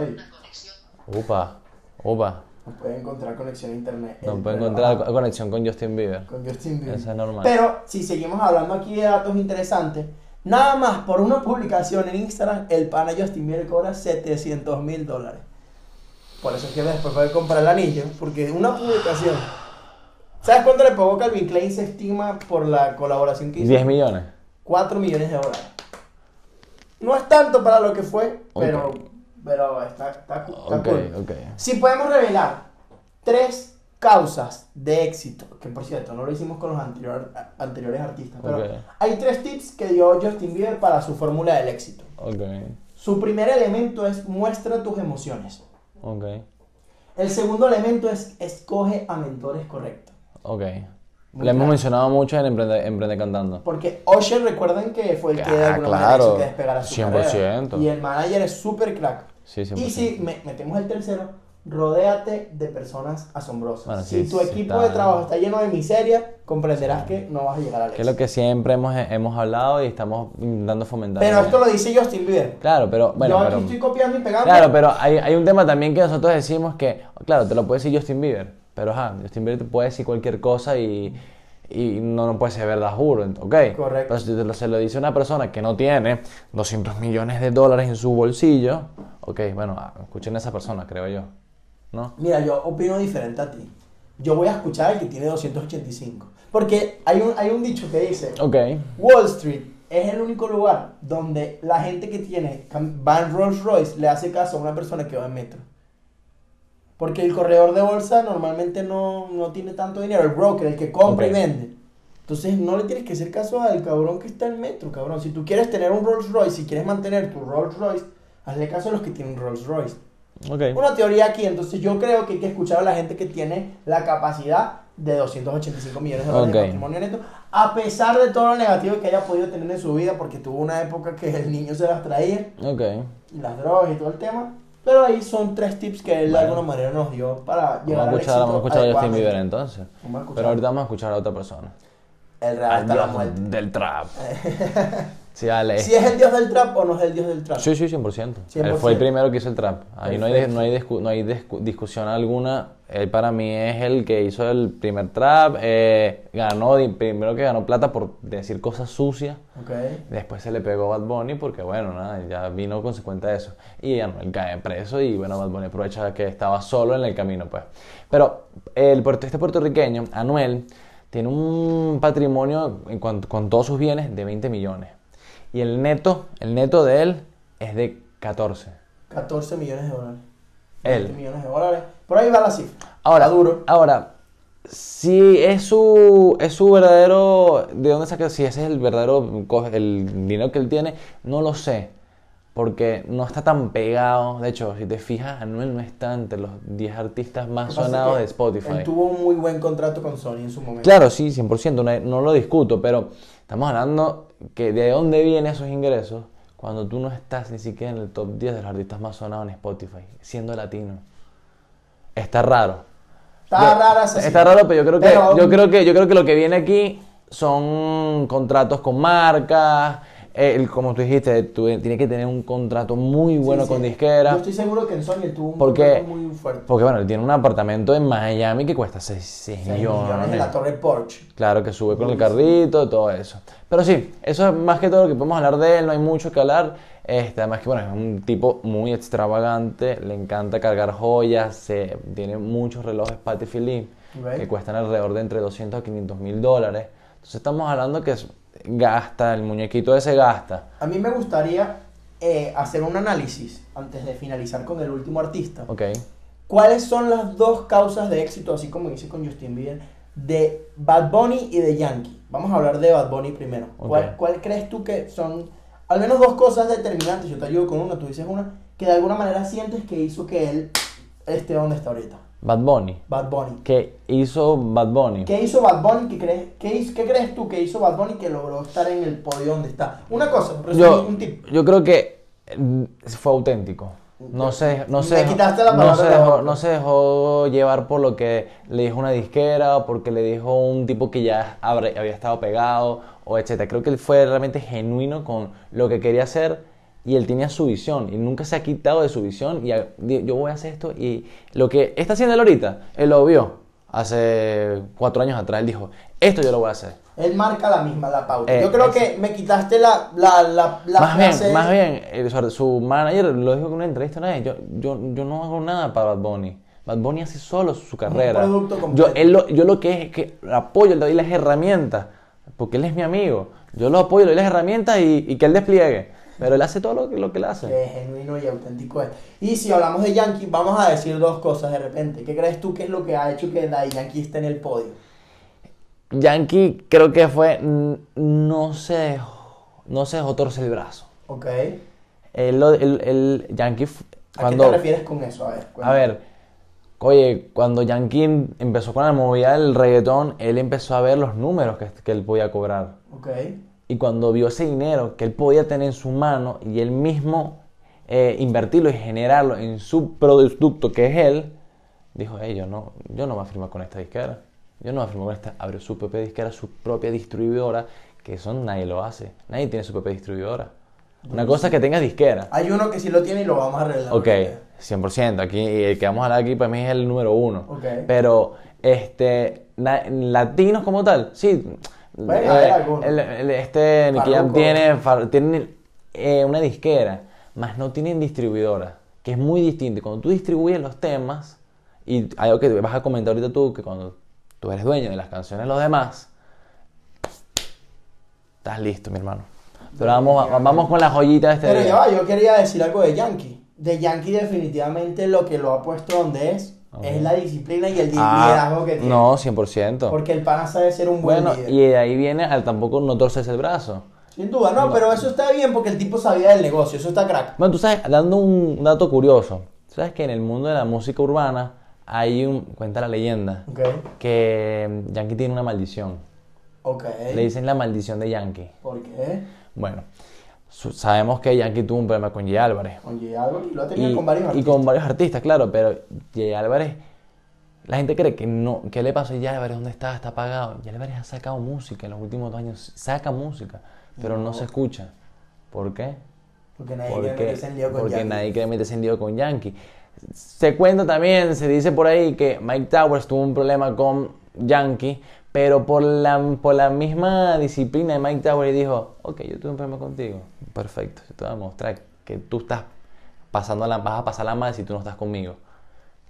[SPEAKER 4] encontrar
[SPEAKER 1] Ay.
[SPEAKER 4] una conexión.
[SPEAKER 2] Upa, upa.
[SPEAKER 1] No puede encontrar conexión a internet.
[SPEAKER 2] No
[SPEAKER 1] El
[SPEAKER 2] puedo
[SPEAKER 1] reloj
[SPEAKER 2] encontrar co- conexión con Justin Bieber.
[SPEAKER 1] Con Justin Bieber.
[SPEAKER 2] Eso es normal.
[SPEAKER 1] Pero si seguimos hablando aquí de datos interesantes, nada más por una publicación en Instagram, el pana Justin Bieber cobra 700 mil dólares. Por eso es que después va a comprar el anillo, porque una publicación. ¿Sabes cuánto le pagó Calvin Klein se estima por la colaboración que hizo?
[SPEAKER 2] 10 millones.
[SPEAKER 1] 4 millones de dólares. No es tanto para lo que fue,
[SPEAKER 2] Ok.
[SPEAKER 1] pero, pero está, está, cu- está
[SPEAKER 2] Ok,
[SPEAKER 1] cool.
[SPEAKER 2] ok.
[SPEAKER 1] Si podemos revelar tres causas de éxito, que por cierto no lo hicimos con los anterior- a- anteriores artistas, pero
[SPEAKER 2] Ok.
[SPEAKER 1] hay tres tips que dio Justin Bieber para su fórmula del éxito.
[SPEAKER 2] Ok,
[SPEAKER 1] Su primer elemento es muestra tus emociones.
[SPEAKER 2] ok,
[SPEAKER 1] El segundo elemento es escoge a mentores correctos.
[SPEAKER 2] ok.
[SPEAKER 1] Muy
[SPEAKER 2] Le hemos
[SPEAKER 1] claro.
[SPEAKER 2] mencionado mucho en Emprende, Emprende Cantando.
[SPEAKER 1] Porque Osher recuerden que fue el que de
[SPEAKER 2] Ah,
[SPEAKER 1] alguna manera
[SPEAKER 2] claro.
[SPEAKER 1] hizo que despegara su
[SPEAKER 2] 100%.
[SPEAKER 1] carrera. Y el manager es súper crack.
[SPEAKER 2] Sí, sí.
[SPEAKER 1] Y si me- metemos el tercero, rodéate de personas asombrosas.
[SPEAKER 2] Bueno,
[SPEAKER 1] si
[SPEAKER 2] sí,
[SPEAKER 1] tu
[SPEAKER 2] sí
[SPEAKER 1] equipo
[SPEAKER 2] está-
[SPEAKER 1] de trabajo está lleno de miseria, comprenderás que no vas a llegar al
[SPEAKER 2] Que
[SPEAKER 1] éxito.
[SPEAKER 2] es lo que siempre hemos, hemos hablado y estamos intentando fomentar.
[SPEAKER 1] Pero esto lo dice Justin Bieber.
[SPEAKER 2] Claro, pero bueno,
[SPEAKER 1] Yo
[SPEAKER 2] pero-
[SPEAKER 1] aquí estoy copiando y pegando.
[SPEAKER 2] Claro, pero hay, hay un tema también que nosotros decimos que, claro, te lo puede decir Justin Bieber, pero ajá, Justin Bieber te puede decir cualquier cosa y, y no, no puede ser verdad, juro, ent- ¿ok?
[SPEAKER 1] Correcto.
[SPEAKER 2] Pero si te lo- se lo dice una persona que no tiene 200 millones de dólares en su bolsillo, ok, bueno, ah, escuchen a esa persona, creo yo, ¿no?
[SPEAKER 1] Mira, yo opino diferente a ti. Yo voy a escuchar al que tiene 285. Porque hay un, hay un dicho que dice,
[SPEAKER 2] Ok,
[SPEAKER 1] Wall Street es el único lugar donde la gente que tiene cam- Van Rolls Royce le hace caso a una persona que va en metro. Porque el corredor de bolsa normalmente no, no tiene tanto dinero, el broker, el que compra
[SPEAKER 2] Ok.
[SPEAKER 1] y vende. Entonces no le tienes que hacer caso al cabrón que está en metro, cabrón. Si tú quieres tener un Rolls Royce, si quieres mantener tu Rolls Royce, hazle caso a los que tienen Rolls Royce.
[SPEAKER 2] ok,
[SPEAKER 1] Una teoría aquí, entonces yo creo que hay que escuchar a la gente que tiene la capacidad de 285 millones de dólares
[SPEAKER 2] Ok.
[SPEAKER 1] de patrimonio neto, a pesar de todo lo negativo que haya podido tener en su vida, porque tuvo una época que el niño se las traía,
[SPEAKER 2] ok.
[SPEAKER 1] y las drogas y todo el tema. Pero ahí son tres tips que él de
[SPEAKER 2] Bueno.
[SPEAKER 1] alguna manera nos dio para
[SPEAKER 2] Vamos
[SPEAKER 1] llegar
[SPEAKER 2] a
[SPEAKER 1] al
[SPEAKER 2] escuchar,
[SPEAKER 1] éxito
[SPEAKER 2] vamos a escuchar a Justin
[SPEAKER 1] adecuadamente.
[SPEAKER 2] Bieber entonces.
[SPEAKER 1] Vamos a escuchar.
[SPEAKER 2] Pero ahorita vamos a escuchar a otra persona.
[SPEAKER 1] El real hasta la
[SPEAKER 2] Dios
[SPEAKER 1] muerte.
[SPEAKER 2] del trap. Sí, dale.
[SPEAKER 1] Si es el dios del trap o no es el dios del trap.
[SPEAKER 2] Sí, sí, 100%. Él Eh, fue
[SPEAKER 1] 100%.
[SPEAKER 2] el primero que hizo el trap. Ahí no hay, de-
[SPEAKER 1] Perfecto.
[SPEAKER 2] no hay, discu- no hay discu- discusión alguna. Él para mí es el que hizo el primer trap. eh, ganó, di- primero que ganó plata por decir cosas sucias.
[SPEAKER 1] Ok.
[SPEAKER 2] Después se le pegó a Bad Bunny porque, bueno, nada, ya vino consecuente de eso. Y Anuel cae preso y, bueno, Bad Bunny aprovecha que estaba solo en el camino, pues. Pero el puerto- este puertorriqueño, Anuel, tiene un patrimonio en cuanto- con todos sus bienes de 20 millones. Y el neto, el neto de él es de 14.
[SPEAKER 1] 14 millones de dólares.
[SPEAKER 2] Él.
[SPEAKER 1] 20 millones de dólares. Por ahí va la cifra.
[SPEAKER 2] Ahora,
[SPEAKER 1] Está duro.
[SPEAKER 2] Ahora, si es su, es su verdadero, ¿de dónde saca? Si ese es el verdadero, co- el dinero que él tiene, no lo sé, porque no está tan pegado. De hecho, si te fijas, Anuel no está entre los 10 artistas más
[SPEAKER 1] Lo que pasa es
[SPEAKER 2] sonados
[SPEAKER 1] que
[SPEAKER 2] de Spotify.
[SPEAKER 1] Él tuvo un muy buen contrato con Sony en su momento.
[SPEAKER 2] Claro, sí, 100%, no, no lo discuto, pero estamos hablando que de dónde vienen esos ingresos cuando tú no estás ni siquiera en el top 10 de los artistas más sonados en Spotify, siendo latino. Está raro.
[SPEAKER 1] Está
[SPEAKER 2] Yo-
[SPEAKER 1] rara esa
[SPEAKER 2] Está
[SPEAKER 1] cifra.
[SPEAKER 2] raro, pero yo creo que
[SPEAKER 1] Pero-
[SPEAKER 2] yo creo que yo creo que lo que viene aquí son contratos con marcas, eh, el- como tú dijiste, tú tienes que tener un contrato muy
[SPEAKER 1] Sí,
[SPEAKER 2] bueno
[SPEAKER 1] sí.
[SPEAKER 2] con disquera.
[SPEAKER 1] Yo estoy seguro que en Sony él tuvo un
[SPEAKER 2] Porque,
[SPEAKER 1] contrato muy fuerte.
[SPEAKER 2] porque bueno, él tiene un apartamento en Miami que cuesta 6,
[SPEAKER 1] Seis
[SPEAKER 2] millones.
[SPEAKER 1] millones en la Torre Porsche.
[SPEAKER 2] Claro que sube con el carrito, todo eso. Pero sí, eso es más que todo lo que podemos hablar de él, no hay mucho que hablar. Este, además que bueno, es un tipo muy extravagante, le encanta cargar joyas, se, tiene muchos relojes Patek Philippe
[SPEAKER 1] Ok.
[SPEAKER 2] que cuestan alrededor de entre 200 a 500 mil dólares. Entonces estamos hablando que es- gasta, el muñequito ese gasta.
[SPEAKER 1] A mí me gustaría eh, hacer un análisis antes de finalizar con el último artista.
[SPEAKER 2] Ok,
[SPEAKER 1] ¿Cuáles son las dos causas de éxito, así como hice con Justin Bieber, de Bad Bunny y de Yankee? Vamos a hablar de Bad Bunny primero.
[SPEAKER 2] Ok.
[SPEAKER 1] ¿Cuál, cuál crees tú que son al menos dos cosas determinantes? Yo te ayudo con una, tú dices una, que de alguna manera sientes que hizo que él esté donde está ahorita.
[SPEAKER 2] Bad Bunny.
[SPEAKER 1] Bad Bunny.
[SPEAKER 2] ¿Qué hizo Bad Bunny?
[SPEAKER 1] ¿Qué hizo Bad Bunny? ¿Qué crees, qué, hizo- qué crees tú que hizo Bad Bunny que logró estar en el podio donde está? Una cosa, resumí
[SPEAKER 2] Yo,
[SPEAKER 1] un tip.
[SPEAKER 2] yo creo que eh, fue auténtico. No se, no
[SPEAKER 1] Me
[SPEAKER 2] se,
[SPEAKER 1] quitaste la
[SPEAKER 2] no
[SPEAKER 1] palabra
[SPEAKER 2] se
[SPEAKER 1] de la
[SPEAKER 2] dejó,
[SPEAKER 1] boca.
[SPEAKER 2] no se dejó llevar por lo que le dijo una disquera o porque le dijo un tipo que ya habré- había estado pegado o etcétera. Creo que él fue realmente genuino con lo que quería hacer y él tenía su visión y nunca se ha quitado de su visión y ha- di- yo voy a hacer esto y lo que está haciendo él ahorita, él lo vio hace cuatro años atrás, él dijo, esto yo lo voy a hacer.
[SPEAKER 1] Él marca la misma, la pauta.
[SPEAKER 2] Eh,
[SPEAKER 1] Yo creo
[SPEAKER 2] eso.
[SPEAKER 1] que me quitaste la, la, la, la
[SPEAKER 2] más
[SPEAKER 1] frase-
[SPEAKER 2] bien, más bien, eh, o sea, su manager lo dijo en una entrevista una vez, yo, yo, yo no hago nada para Bad Bunny. Bad Bunny hace solo su carrera.
[SPEAKER 1] producto
[SPEAKER 2] yo,
[SPEAKER 1] completo.
[SPEAKER 2] él lo, yo lo que es que lo apoyo, le doy las herramientas, porque él es mi amigo. Yo lo apoyo, le doy las herramientas y, y que él despliegue. Pero él hace todo lo que, lo que él hace.
[SPEAKER 1] Que es genuino y auténtico es. Y si hablamos de Yankee, vamos a decir dos cosas de repente. ¿Qué crees tú que es lo que ha hecho que Daddy Yankee esté en el podio?
[SPEAKER 2] Yankee creo que fue, mm, no se dejó, no se dejó torcer el brazo.
[SPEAKER 1] ¿Ok?
[SPEAKER 2] Él lo- él- él- Yankee f-
[SPEAKER 1] ¿A
[SPEAKER 2] cuando...
[SPEAKER 1] qué te refieres con eso? A ver,
[SPEAKER 2] A
[SPEAKER 1] cuéntame.
[SPEAKER 2] ver, oye, cuando Yankee em-, empezó con la movida del reggaetón, él empezó a ver los números que, que él podía cobrar.
[SPEAKER 1] ¿Ok?
[SPEAKER 2] Y cuando vio ese dinero que él podía tener en su mano y él mismo eh, invertirlo y generarlo en su producto que es él, dijo, "Ey, yo no, yo no voy a firmar con esta disquera. Yo no voy a firmar con esta. Abrió su propia disquera, su propia distribuidora, que eso nadie lo hace. Nadie tiene su propia distribuidora. Una cosa es que tengas disquera.
[SPEAKER 1] Hay uno que sí lo tiene y lo vamos a arreglar.
[SPEAKER 2] Ok, Este 100%. Aquí, el que vamos a hablar aquí para mí es el número uno.
[SPEAKER 1] Ok.
[SPEAKER 2] Pero, este, na- latinos como tal, sí. eh,
[SPEAKER 1] Bueno, a ver, alguno.
[SPEAKER 2] el- el- este, Nicky Jam
[SPEAKER 1] Farruko.
[SPEAKER 2] tiene, Far- tiene, eh, una disquera, más no tienen distribuidora, que es muy distinto. Cuando tú distribuyes los temas, y algo que vas a comentar ahorita tú, que cuando tú eres dueño de las canciones de los demás, estás listo, mi hermano. Pero vamos, vamos con la joyita de este
[SPEAKER 1] Pero
[SPEAKER 2] video.
[SPEAKER 1] ya va, yo quería decir algo de Yankee. De Yankee definitivamente lo que lo ha puesto donde es
[SPEAKER 2] Ok.
[SPEAKER 1] es la disciplina y el di-
[SPEAKER 2] Ah,
[SPEAKER 1] liderazgo que tiene.
[SPEAKER 2] No, 100%.
[SPEAKER 1] Porque el pana sabe ser un buen
[SPEAKER 2] bueno,
[SPEAKER 1] líder.
[SPEAKER 2] y de ahí viene al tampoco no torcerse el brazo.
[SPEAKER 1] Sin duda, no, pero eso está bien porque el tipo sabía del negocio, eso está crack.
[SPEAKER 2] Bueno, tú sabes, dando un dato curioso, tú sabes que en el mundo de la música urbana hay un, cuenta la leyenda,
[SPEAKER 1] Ok,
[SPEAKER 2] que Yankee tiene una maldición.
[SPEAKER 1] ok.
[SPEAKER 2] Le dicen la maldición de Yankee.
[SPEAKER 1] ¿Por qué?
[SPEAKER 2] Bueno, su- sabemos que Yankee tuvo un problema con Jay Álvarez.
[SPEAKER 1] Oye, algo y lo ha tenido
[SPEAKER 2] y,
[SPEAKER 1] con varios
[SPEAKER 2] y
[SPEAKER 1] artistas.
[SPEAKER 2] con varios artistas, claro, pero Jay Álvarez, la gente cree que no, ¿qué le pasó a Jay Álvarez? ¿Dónde está? Está apagado. Jay Álvarez ha sacado música en los últimos dos años, saca música, pero no, se escucha. ¿Por qué?
[SPEAKER 1] Porque nadie quiere
[SPEAKER 2] Porque,
[SPEAKER 1] meterse en lío con
[SPEAKER 2] porque
[SPEAKER 1] Yankee.
[SPEAKER 2] nadie quiere meterse en lío con Yankee. Se cuenta también, se dice por ahí que Mike Towers tuvo un problema con Yankee, pero por la, por la misma disciplina de Mike Towers dijo, ok, yo tuve un problema contigo, perfecto, yo te voy a mostrar que tú estás pasando la, vas a pasar la madre si tú no estás conmigo.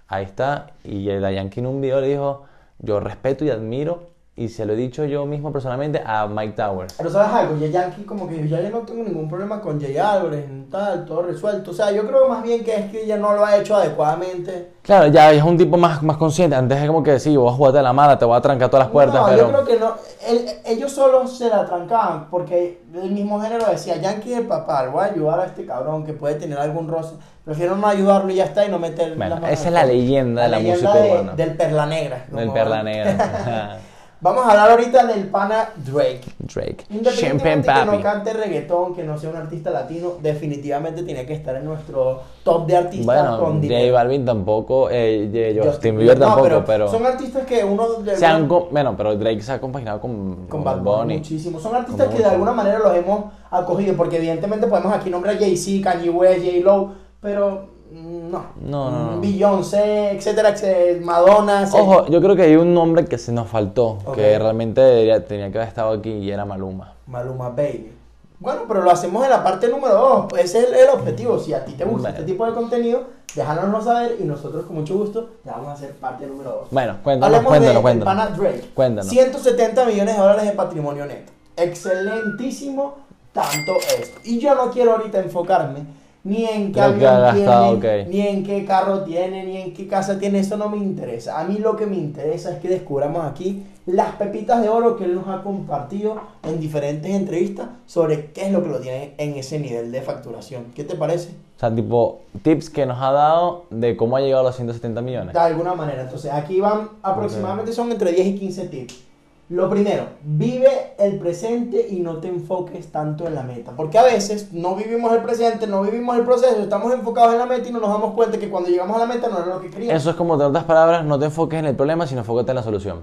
[SPEAKER 2] Ahí está, y el Yankee en un video le dijo, yo respeto y admiro, y se lo he dicho yo mismo personalmente a Mike Towers.
[SPEAKER 1] Pero sabes algo, ya Yankee como que ya yo no tengo ningún problema con Jay Álvarez, tal, todo resuelto. O sea, yo creo más bien que es que ella no lo ha hecho adecuadamente.
[SPEAKER 2] Claro, ya es un tipo más, más consciente. Antes es como que sí, vos jugate a la mala, te voy a trancar todas las puertas,
[SPEAKER 1] no,
[SPEAKER 2] pero.
[SPEAKER 1] yo creo que no. él- ellos solo se la trancaban porque el mismo género decía, Yankee el papá, le voy a ayudar a este cabrón que puede tener algún roce. Prefiero no ayudarlo y ya está y no meter las
[SPEAKER 2] Bueno,
[SPEAKER 1] manos
[SPEAKER 2] esa
[SPEAKER 1] en
[SPEAKER 2] es la
[SPEAKER 1] el fuego.
[SPEAKER 2] leyenda de la
[SPEAKER 1] leyenda
[SPEAKER 2] música
[SPEAKER 1] de-
[SPEAKER 2] urbana.
[SPEAKER 1] Del Perla Negra.
[SPEAKER 2] Del
[SPEAKER 1] como-
[SPEAKER 2] perla negra.
[SPEAKER 1] Vamos a hablar ahorita del pana Drake.
[SPEAKER 2] Drake. Champagne
[SPEAKER 1] Independientemente que
[SPEAKER 2] Papi.
[SPEAKER 1] no cante reggaetón, que no sea un artista latino, definitivamente tiene que estar en nuestro top de artistas
[SPEAKER 2] Bueno,
[SPEAKER 1] con
[SPEAKER 2] J
[SPEAKER 1] dinero.
[SPEAKER 2] Balvin tampoco, eh, J-
[SPEAKER 1] Justin
[SPEAKER 2] Justin Bieber
[SPEAKER 1] no,
[SPEAKER 2] tampoco, pero.
[SPEAKER 1] Son artistas que uno... de
[SPEAKER 2] se han
[SPEAKER 1] alguna-
[SPEAKER 2] co- bueno, pero Drake se ha compaginado con,
[SPEAKER 1] con
[SPEAKER 2] con
[SPEAKER 1] Bad Bunny muchísimo. Son artistas que de
[SPEAKER 2] mucho.
[SPEAKER 1] alguna manera los hemos acogido, porque evidentemente podemos aquí nombrar Jay-Z, Kanye West, J-Lo, pero mm, no.
[SPEAKER 2] No, no, no.
[SPEAKER 1] Beyoncé, etcétera, etcétera, Madonna, etcétera.
[SPEAKER 2] Ojo, yo creo que hay un nombre que se nos faltó,
[SPEAKER 1] Ok.
[SPEAKER 2] que realmente debería- tenía que haber estado aquí y era Maluma.
[SPEAKER 1] Maluma Baby. Bueno, pero lo hacemos en la parte número 2. Ese es el, el objetivo. Si a ti te gusta
[SPEAKER 2] Vale.
[SPEAKER 1] este tipo de contenido, déjanoslo saber y nosotros con mucho gusto ya vamos a hacer parte número 2.
[SPEAKER 2] Bueno, cuéntanos, cuéntanos, cuéntanos.
[SPEAKER 1] pana Drake.
[SPEAKER 2] Cuéntanos.
[SPEAKER 1] 170 millones de dólares de patrimonio neto. Excelentísimo tanto esto. Y yo no quiero ahorita enfocarme ni en qué
[SPEAKER 2] Lo que ha
[SPEAKER 1] avión
[SPEAKER 2] gastado,
[SPEAKER 1] tiene,
[SPEAKER 2] ok.
[SPEAKER 1] ni en qué carro tiene, ni en qué casa tiene, eso no me interesa. A mí lo que me interesa es que descubramos aquí las pepitas de oro que él nos ha compartido en diferentes entrevistas sobre qué es lo que lo tiene en ese nivel de facturación. ¿Qué te parece?
[SPEAKER 2] O sea, tipo, tips que nos ha dado de cómo ha llegado a los 170 millones.
[SPEAKER 1] De alguna manera. Entonces, aquí van aproximadamente son entre 10 y 15 tips. Lo primero, vive el presente y no te enfoques tanto en la meta. Porque a veces no vivimos el presente, no vivimos el proceso, estamos enfocados en la meta y no nos damos cuenta que cuando llegamos a la meta no era lo que queríamos.
[SPEAKER 2] Eso es como, de otras palabras, no te enfoques en el problema, sino enfócate en la solución.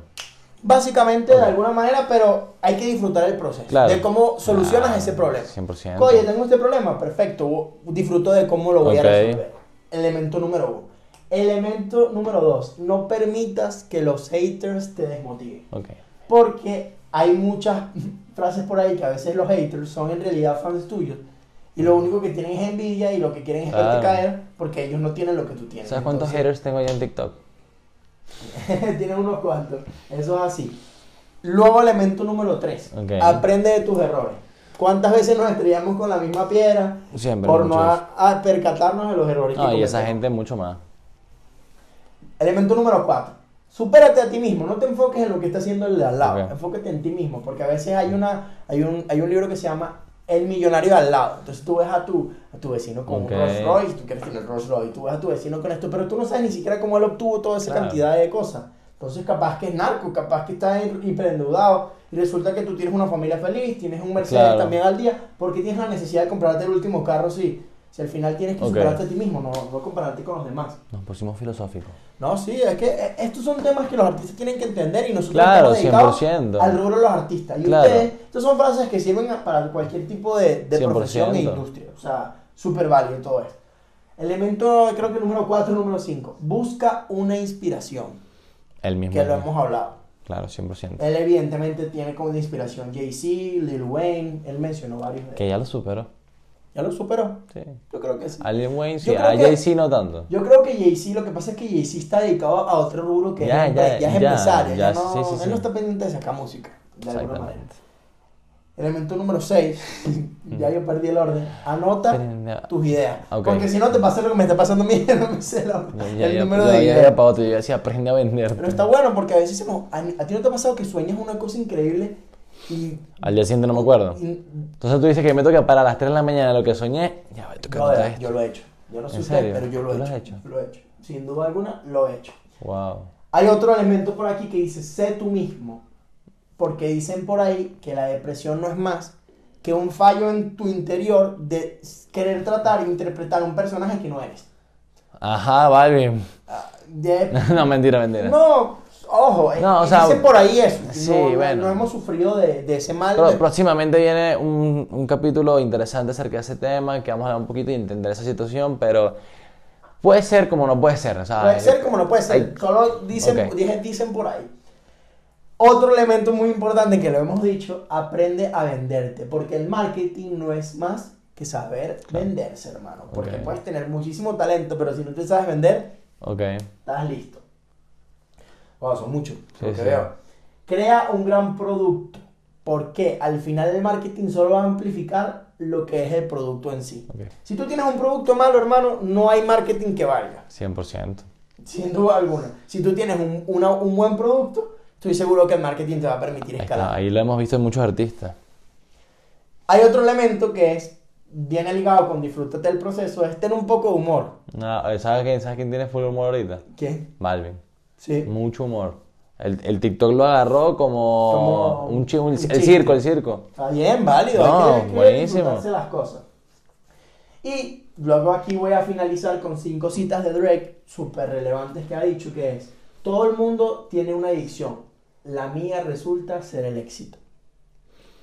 [SPEAKER 1] Básicamente, de alguna manera, pero hay que disfrutar el proceso.
[SPEAKER 2] Claro.
[SPEAKER 1] De cómo solucionas
[SPEAKER 2] Ah,
[SPEAKER 1] ese problema.
[SPEAKER 2] 100%.
[SPEAKER 1] Oye, tengo este problema, perfecto. Disfruto de cómo lo voy
[SPEAKER 2] Ok.
[SPEAKER 1] a resolver. Elemento número uno. Elemento número dos. No permitas que los haters te desmotiven.
[SPEAKER 2] Ok.
[SPEAKER 1] Porque hay muchas frases por ahí que a veces los haters son en realidad fans tuyos. Y lo único que tienen es envidia y lo que quieren es
[SPEAKER 2] Claro.
[SPEAKER 1] verte caer porque ellos no tienen lo que tú tienes.
[SPEAKER 2] ¿Sabes cuántos
[SPEAKER 1] Entonces,
[SPEAKER 2] haters tengo yo en TikTok?
[SPEAKER 1] Tienen unos cuantos. Eso es así. Luego, elemento número 3.
[SPEAKER 2] Ok.
[SPEAKER 1] Aprende de tus errores. ¿Cuántas veces nos estrellamos con la misma piedra
[SPEAKER 2] Siempre,
[SPEAKER 1] por no
[SPEAKER 2] muchos.
[SPEAKER 1] a- a percatarnos de los errores que
[SPEAKER 2] No, y esa
[SPEAKER 1] cometemos?
[SPEAKER 2] gente mucho más.
[SPEAKER 1] Elemento número 4. Supérate a ti mismo, no te enfoques en lo que está haciendo el de al lado,
[SPEAKER 2] Ok.
[SPEAKER 1] enfócate en ti mismo, porque a veces hay una hay un, hay un libro que se llama El millonario de al lado. Entonces tú ves a tu a tu vecino con
[SPEAKER 2] Ok.
[SPEAKER 1] un Rolls Royce, tú quieres tener Rolls Royce, tú ves a tu vecino con esto, pero tú no sabes ni siquiera cómo él obtuvo toda esa
[SPEAKER 2] Claro.
[SPEAKER 1] cantidad de cosas. Entonces capaz que es narco, capaz que está hi- hiperendeudado y resulta que tú tienes una familia feliz, tienes un Mercedes
[SPEAKER 2] Claro.
[SPEAKER 1] también al día, porque tienes la necesidad de comprarte el último carro si si al final tienes que
[SPEAKER 2] Ok.
[SPEAKER 1] superarte a ti mismo, no, no compararte con los demás.
[SPEAKER 2] Nos pusimos filosóficos.
[SPEAKER 1] No, sí, es que eh, estos son temas que los artistas tienen que entender y nosotros
[SPEAKER 2] Claro,
[SPEAKER 1] estamos dedicados
[SPEAKER 2] 100%.
[SPEAKER 1] al rubro de los artistas. Y
[SPEAKER 2] Claro.
[SPEAKER 1] ustedes, estas son frases que sirven a- para cualquier tipo de, de
[SPEAKER 2] 100%.
[SPEAKER 1] profesión e industria. O sea, super válido todo esto. Elemento, creo que número 4, número 5. Busca una inspiración,
[SPEAKER 2] El mismo.
[SPEAKER 1] que lo hemos Eh, hablado.
[SPEAKER 2] Claro, 100%.
[SPEAKER 1] Él evidentemente tiene como de inspiración Jay-Z, Lil Wayne, él mencionó varios de
[SPEAKER 2] Que ya lo superó.
[SPEAKER 1] ¿Ya lo superó?
[SPEAKER 2] Sí.
[SPEAKER 1] Yo creo que sí.
[SPEAKER 2] A Lil Wayne sí,
[SPEAKER 1] Yo creo
[SPEAKER 2] a
[SPEAKER 1] que-
[SPEAKER 2] Jay-Z no tanto.
[SPEAKER 1] Yo creo que Jay-Z, lo que pasa es que Jay-Z está dedicado a otro rubro que
[SPEAKER 2] Ya,
[SPEAKER 1] es,
[SPEAKER 2] ya,
[SPEAKER 1] ya es
[SPEAKER 2] ya,
[SPEAKER 1] empresario.
[SPEAKER 2] ya,
[SPEAKER 1] ya no,
[SPEAKER 2] sí, sí,
[SPEAKER 1] Él no
[SPEAKER 2] sí.
[SPEAKER 1] está pendiente de sacar música, de alguna manera.
[SPEAKER 2] Exactamente. Mm.
[SPEAKER 1] Elemento número 6, ya yo perdí el orden. Anota
[SPEAKER 2] Pero-
[SPEAKER 1] tus ideas.
[SPEAKER 2] Ok.
[SPEAKER 1] Porque si no te pasa lo que me está pasando a mí, no me sé la-
[SPEAKER 2] Ya, ya,
[SPEAKER 1] el
[SPEAKER 2] ya,
[SPEAKER 1] número
[SPEAKER 2] ya,
[SPEAKER 1] de
[SPEAKER 2] ya
[SPEAKER 1] ideas.
[SPEAKER 2] era para otro. Yo decía, aprende a vender.
[SPEAKER 1] Pero está bueno porque a veces se nos- a, a ti no te ha pasado que sueñas una cosa increíble y.
[SPEAKER 2] Al día siguiente no me acuerdo.
[SPEAKER 1] y-
[SPEAKER 2] Entonces tú dices que me toca para las 3 de la mañana lo que soñé. Ya me toca
[SPEAKER 1] brother,
[SPEAKER 2] anotar esto.
[SPEAKER 1] yo lo he hecho. Yo no sé
[SPEAKER 2] ¿En
[SPEAKER 1] usted,
[SPEAKER 2] serio?
[SPEAKER 1] pero yo lo he
[SPEAKER 2] ¿Tú lo
[SPEAKER 1] hecho.
[SPEAKER 2] has hecho?
[SPEAKER 1] Lo he hecho. Sin duda alguna, lo he hecho.
[SPEAKER 2] Wow.
[SPEAKER 1] Hay otro elemento por aquí que dice, sé tú mismo. Porque dicen por ahí que la depresión no es más que un fallo en tu interior de querer tratar e interpretar un personaje que no eres.
[SPEAKER 2] Ajá, Balvin.
[SPEAKER 1] Ah, de-
[SPEAKER 2] no, mentira, mentira.
[SPEAKER 1] no, ojo, eh,
[SPEAKER 2] No, o sea,
[SPEAKER 1] dicen por ahí eso.
[SPEAKER 2] sí,
[SPEAKER 1] no, no-
[SPEAKER 2] bueno.
[SPEAKER 1] no hemos sufrido de, de ese mal.
[SPEAKER 2] Pro-
[SPEAKER 1] de-
[SPEAKER 2] próximamente viene un, un capítulo interesante acerca de ese tema, que vamos a hablar un poquito y entender esa situación, pero puede ser como no puede ser. o sea,
[SPEAKER 1] Puede ser como no puede ser.
[SPEAKER 2] hay-
[SPEAKER 1] Solo dicen,
[SPEAKER 2] Ok.
[SPEAKER 1] dije- dicen por ahí. Otro elemento muy importante que lo hemos dicho, aprende a venderte. Porque el marketing no es más que saber venderse, hermano. Porque
[SPEAKER 2] Ok.
[SPEAKER 1] puedes tener muchísimo talento, pero si no te sabes vender,
[SPEAKER 2] Ok,
[SPEAKER 1] estás listo. Wow, son muchos.
[SPEAKER 2] Sí,
[SPEAKER 1] lo que
[SPEAKER 2] sí.
[SPEAKER 1] veo. Crea un gran producto. Porque al final el marketing solo va a amplificar lo que es el producto en sí.
[SPEAKER 2] ok,
[SPEAKER 1] Si tú tienes un producto malo, hermano, no hay marketing que valga.
[SPEAKER 2] 100%.
[SPEAKER 1] Sin duda alguna. Si tú tienes un, una- un buen producto, estoy seguro que el marketing te va a permitir
[SPEAKER 2] Ahí,
[SPEAKER 1] escalar.
[SPEAKER 2] está, ahí lo hemos visto en muchos artistas.
[SPEAKER 1] Hay otro elemento que es, viene ligado con disfrútate del proceso, es tener un poco de humor.
[SPEAKER 2] No, eh, ¿sabes, quién, ¿Sabes quién tiene full humor ahorita?
[SPEAKER 1] ¿Quién?
[SPEAKER 2] Balvin.
[SPEAKER 1] Sí.
[SPEAKER 2] Mucho humor. El, el TikTok lo agarró como,
[SPEAKER 1] Como
[SPEAKER 2] un, chi- un-
[SPEAKER 1] un
[SPEAKER 2] el
[SPEAKER 1] chiste.
[SPEAKER 2] circo, el circo.
[SPEAKER 1] Está bien, válido. hay
[SPEAKER 2] No,
[SPEAKER 1] que- hay que
[SPEAKER 2] buenísimo.
[SPEAKER 1] disfrutarse las cosas. Y luego aquí voy a finalizar con cinco citas de Drake súper relevantes que ha dicho que es, todo el mundo tiene una adicción. La mía resulta ser el éxito.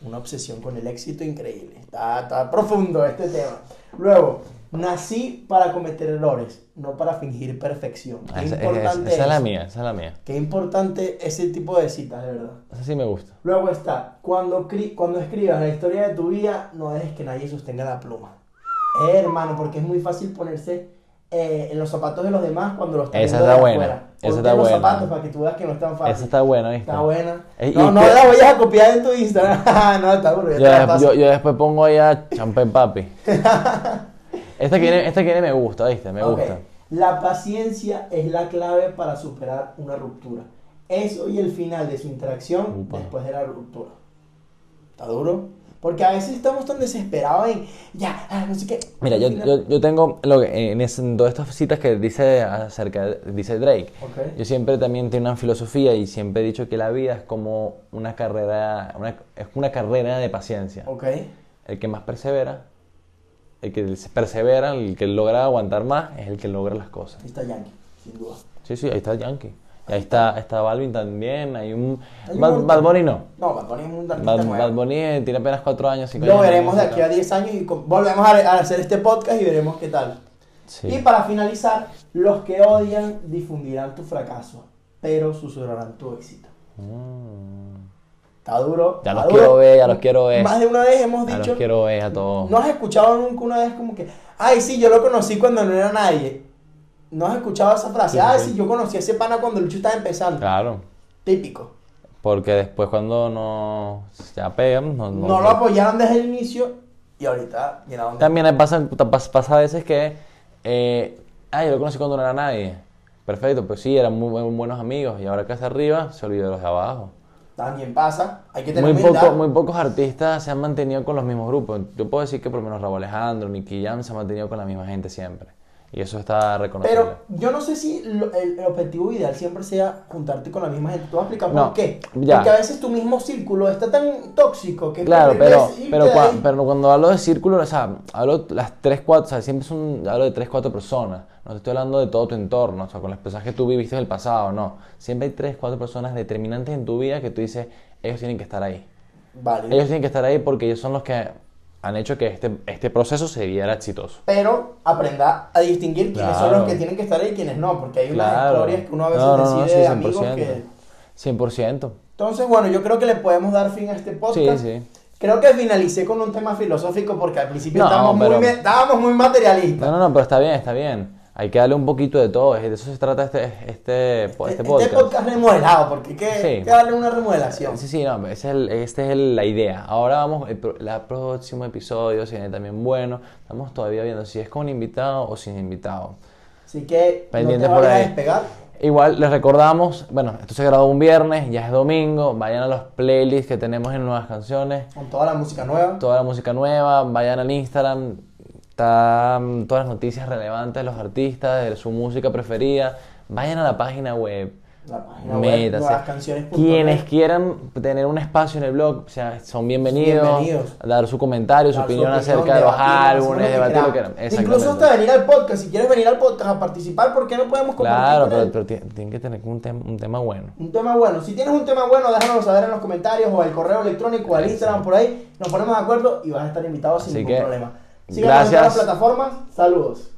[SPEAKER 1] Una obsesión con el éxito increíble. Está, está profundo este tema. Luego, nací para cometer errores, no para fingir perfección. Qué
[SPEAKER 2] Ah, Esa, esa-
[SPEAKER 1] importante
[SPEAKER 2] esa es la
[SPEAKER 1] es.
[SPEAKER 2] mía, esa es la mía.
[SPEAKER 1] Qué importante ese tipo de citas, de verdad.
[SPEAKER 2] Esa sí me gusta.
[SPEAKER 1] Luego está, cuando, cri- cuando escribas la historia de tu vida, no dejes que nadie sostenga la pluma. Eh, hermano, porque es muy fácil ponerse eh, en los zapatos de los demás cuando los estás
[SPEAKER 2] Esa
[SPEAKER 1] viendo
[SPEAKER 2] está
[SPEAKER 1] de
[SPEAKER 2] buena,
[SPEAKER 1] afuera.
[SPEAKER 2] esa
[SPEAKER 1] Ponte
[SPEAKER 2] está
[SPEAKER 1] los
[SPEAKER 2] buena.
[SPEAKER 1] zapatos para que tú veas que no es tan fácil.
[SPEAKER 2] Esa está buena, ¿viste?
[SPEAKER 1] Está buena.
[SPEAKER 2] Eh, y
[SPEAKER 1] no, no
[SPEAKER 2] que-
[SPEAKER 1] la vayas a copiar en tu Instagram. no, está bueno, yo te
[SPEAKER 2] Yo,
[SPEAKER 1] la
[SPEAKER 2] des-
[SPEAKER 1] paso.
[SPEAKER 2] yo- yo después pongo ahí a Champagne Papi. Esta que viene, esta que viene me gusta, ¿viste? Me
[SPEAKER 1] Ok.
[SPEAKER 2] gusta.
[SPEAKER 1] La paciencia es la clave para superar una ruptura. Eso y el final de su interacción
[SPEAKER 2] Upa.
[SPEAKER 1] después de la ruptura. ¿Está duro? Porque a veces estamos tan desesperados en ya, ah, no sé qué.
[SPEAKER 2] Mira, yo,
[SPEAKER 1] Al final-
[SPEAKER 2] yo, yo tengo lo que, en, es- en todas estas citas que dice acerca dice Drake.
[SPEAKER 1] Ok.
[SPEAKER 2] Yo siempre también tengo una filosofía y siempre he dicho que la vida es como una carrera, una- es una carrera de paciencia.
[SPEAKER 1] Ok.
[SPEAKER 2] El que más persevera, el que se persevera, el que logra aguantar más, es el que logra las cosas.
[SPEAKER 1] Ahí está Yankee, sin duda.
[SPEAKER 2] Sí, sí, ahí está Yankee. Y ahí está, está Balvin también. Hay un,
[SPEAKER 1] Hay un
[SPEAKER 2] Bad,
[SPEAKER 1] montón.
[SPEAKER 2] Bad Bunny no.
[SPEAKER 1] No, Bad Bunny es un artista
[SPEAKER 2] Bad,
[SPEAKER 1] nuevo.
[SPEAKER 2] Bad Bunny eh, tiene apenas 4 años, 5 años.
[SPEAKER 1] Lo veremos de
[SPEAKER 2] música.
[SPEAKER 1] aquí a 10 años y con- volvemos a, a hacer este podcast y veremos qué tal.
[SPEAKER 2] Sí.
[SPEAKER 1] Y para finalizar, los que odian difundirán tu fracaso, pero susurrarán tu éxito.
[SPEAKER 2] Mm.
[SPEAKER 1] Está duro.
[SPEAKER 2] Ya
[SPEAKER 1] está
[SPEAKER 2] los
[SPEAKER 1] duro.
[SPEAKER 2] quiero ver, ya los quiero ver.
[SPEAKER 1] Más de una vez hemos
[SPEAKER 2] Ya
[SPEAKER 1] dicho.
[SPEAKER 2] los quiero ver a todos.
[SPEAKER 1] No has escuchado nunca una vez como que, ay, sí, yo lo conocí cuando no era nadie. No has escuchado esa frase.
[SPEAKER 2] Sí, sí,
[SPEAKER 1] Ay,
[SPEAKER 2] sí.
[SPEAKER 1] sí, yo conocí a ese pana cuando Lucho estaba empezando.
[SPEAKER 2] Claro.
[SPEAKER 1] Típico.
[SPEAKER 2] Porque después cuando no ya pegan, no,
[SPEAKER 1] No,
[SPEAKER 2] no-
[SPEAKER 1] lo apoyaron desde el inicio y ahorita llenaron de-
[SPEAKER 2] También hay- pasa, pas- pasa a veces que, eh, ah, yo lo conocí cuando no era nadie. Perfecto, pues sí, eran muy, bu- buenos amigos. Y ahora que está arriba, se olvidó de los de abajo.
[SPEAKER 1] También pasa. Hay que tener
[SPEAKER 2] Muy,
[SPEAKER 1] humildad.
[SPEAKER 2] poco, muy pocos artistas se han mantenido con los mismos grupos. Yo puedo decir que por lo menos Raúl Alejandro, Nicky Jam se han mantenido con la misma gente siempre. Y eso está reconocido.
[SPEAKER 1] Pero yo no sé si lo- el, el objetivo ideal siempre sea juntarte con la misma gente. Tú vas a explicar
[SPEAKER 2] No,
[SPEAKER 1] por qué.
[SPEAKER 2] ya.
[SPEAKER 1] Porque a veces tu mismo círculo está tan tóxico que.
[SPEAKER 2] Claro, pero,
[SPEAKER 1] regresas y
[SPEAKER 2] pero,
[SPEAKER 1] te
[SPEAKER 2] cua-
[SPEAKER 1] ahí.
[SPEAKER 2] pero cuando hablo de círculo, o sea, hablo las tres, cuatro, o sea, siempre son, hablo de tres, cuatro personas. No te estoy hablando de todo tu entorno, o sea, con las personas que tú viviste en el pasado, no. Siempre hay tres, cuatro personas determinantes en tu vida que tú dices, ellos tienen que estar ahí.
[SPEAKER 1] Vale.
[SPEAKER 2] Ellos tienen que estar ahí porque ellos son los que han hecho que este, este proceso se diera exitoso.
[SPEAKER 1] pero aprenda a distinguir quiénes son
[SPEAKER 2] Claro.
[SPEAKER 1] los que tienen que estar ahí y quiénes no, porque hay unas
[SPEAKER 2] Claro.
[SPEAKER 1] historias que uno a veces
[SPEAKER 2] No, no, no,
[SPEAKER 1] decide de
[SPEAKER 2] sí,
[SPEAKER 1] amigos que...
[SPEAKER 2] 100%.
[SPEAKER 1] Entonces, bueno, yo creo que le podemos dar fin a este podcast.
[SPEAKER 2] Sí, sí.
[SPEAKER 1] Creo que finalicé con un tema filosófico porque al principio
[SPEAKER 2] No,
[SPEAKER 1] estábamos,
[SPEAKER 2] pero-
[SPEAKER 1] muy, me- estábamos muy materialistas.
[SPEAKER 2] No, no, no, pero está bien, está bien. Hay que darle un poquito de todo, de eso se trata este, este, este
[SPEAKER 1] Este-
[SPEAKER 2] podcast.
[SPEAKER 1] Este podcast remodelado, porque hay que,
[SPEAKER 2] Sí.
[SPEAKER 1] hay que darle una remodelación.
[SPEAKER 2] Sí, sí, no, ese es el- esta es el- la idea. Ahora vamos, el, pro- la próximo episodio se viene también bueno. Estamos todavía viendo si es con invitado o sin invitado.
[SPEAKER 1] Así que
[SPEAKER 2] Pendiente
[SPEAKER 1] no te
[SPEAKER 2] por
[SPEAKER 1] vayas a
[SPEAKER 2] ahí.
[SPEAKER 1] despegar.
[SPEAKER 2] Igual les recordamos, bueno, esto se grabó un viernes, ya es domingo, vayan a los playlists que tenemos en nuevas canciones,
[SPEAKER 1] Con toda la música nueva.
[SPEAKER 2] toda la música nueva, vayan al Instagram, están todas las noticias relevantes de los artistas, de su música preferida, vayan a la página web.
[SPEAKER 1] La página web,
[SPEAKER 2] Métase.
[SPEAKER 1] nuevas canciones. punto
[SPEAKER 2] eh. Quienes
[SPEAKER 1] net.
[SPEAKER 2] quieran tener un espacio en el blog, o sea, son bienvenidos,
[SPEAKER 1] Bienvenidos.
[SPEAKER 2] a dar su comentario, su
[SPEAKER 1] Dar
[SPEAKER 2] opinión acerca de los
[SPEAKER 1] debatir, hacer
[SPEAKER 2] álbumes,
[SPEAKER 1] que
[SPEAKER 2] debatir lo que
[SPEAKER 1] queramos.
[SPEAKER 2] quieran.
[SPEAKER 1] Incluso hasta venir al podcast. Si quieres venir al podcast a participar, ¿por qué no podemos compartir?
[SPEAKER 2] Claro,
[SPEAKER 1] con él?
[SPEAKER 2] pero, pero ti- tienen que tener un, tem- un tema bueno.
[SPEAKER 1] Un tema bueno. Si tienes un tema bueno, déjanoslo saber en los comentarios o al correo electrónico o al Instagram por ahí. Nos ponemos de acuerdo y vas a estar invitado sin
[SPEAKER 2] Así
[SPEAKER 1] ningún
[SPEAKER 2] que,
[SPEAKER 1] problema. Síganos en todas las
[SPEAKER 2] gracias.
[SPEAKER 1] plataformas. Saludos.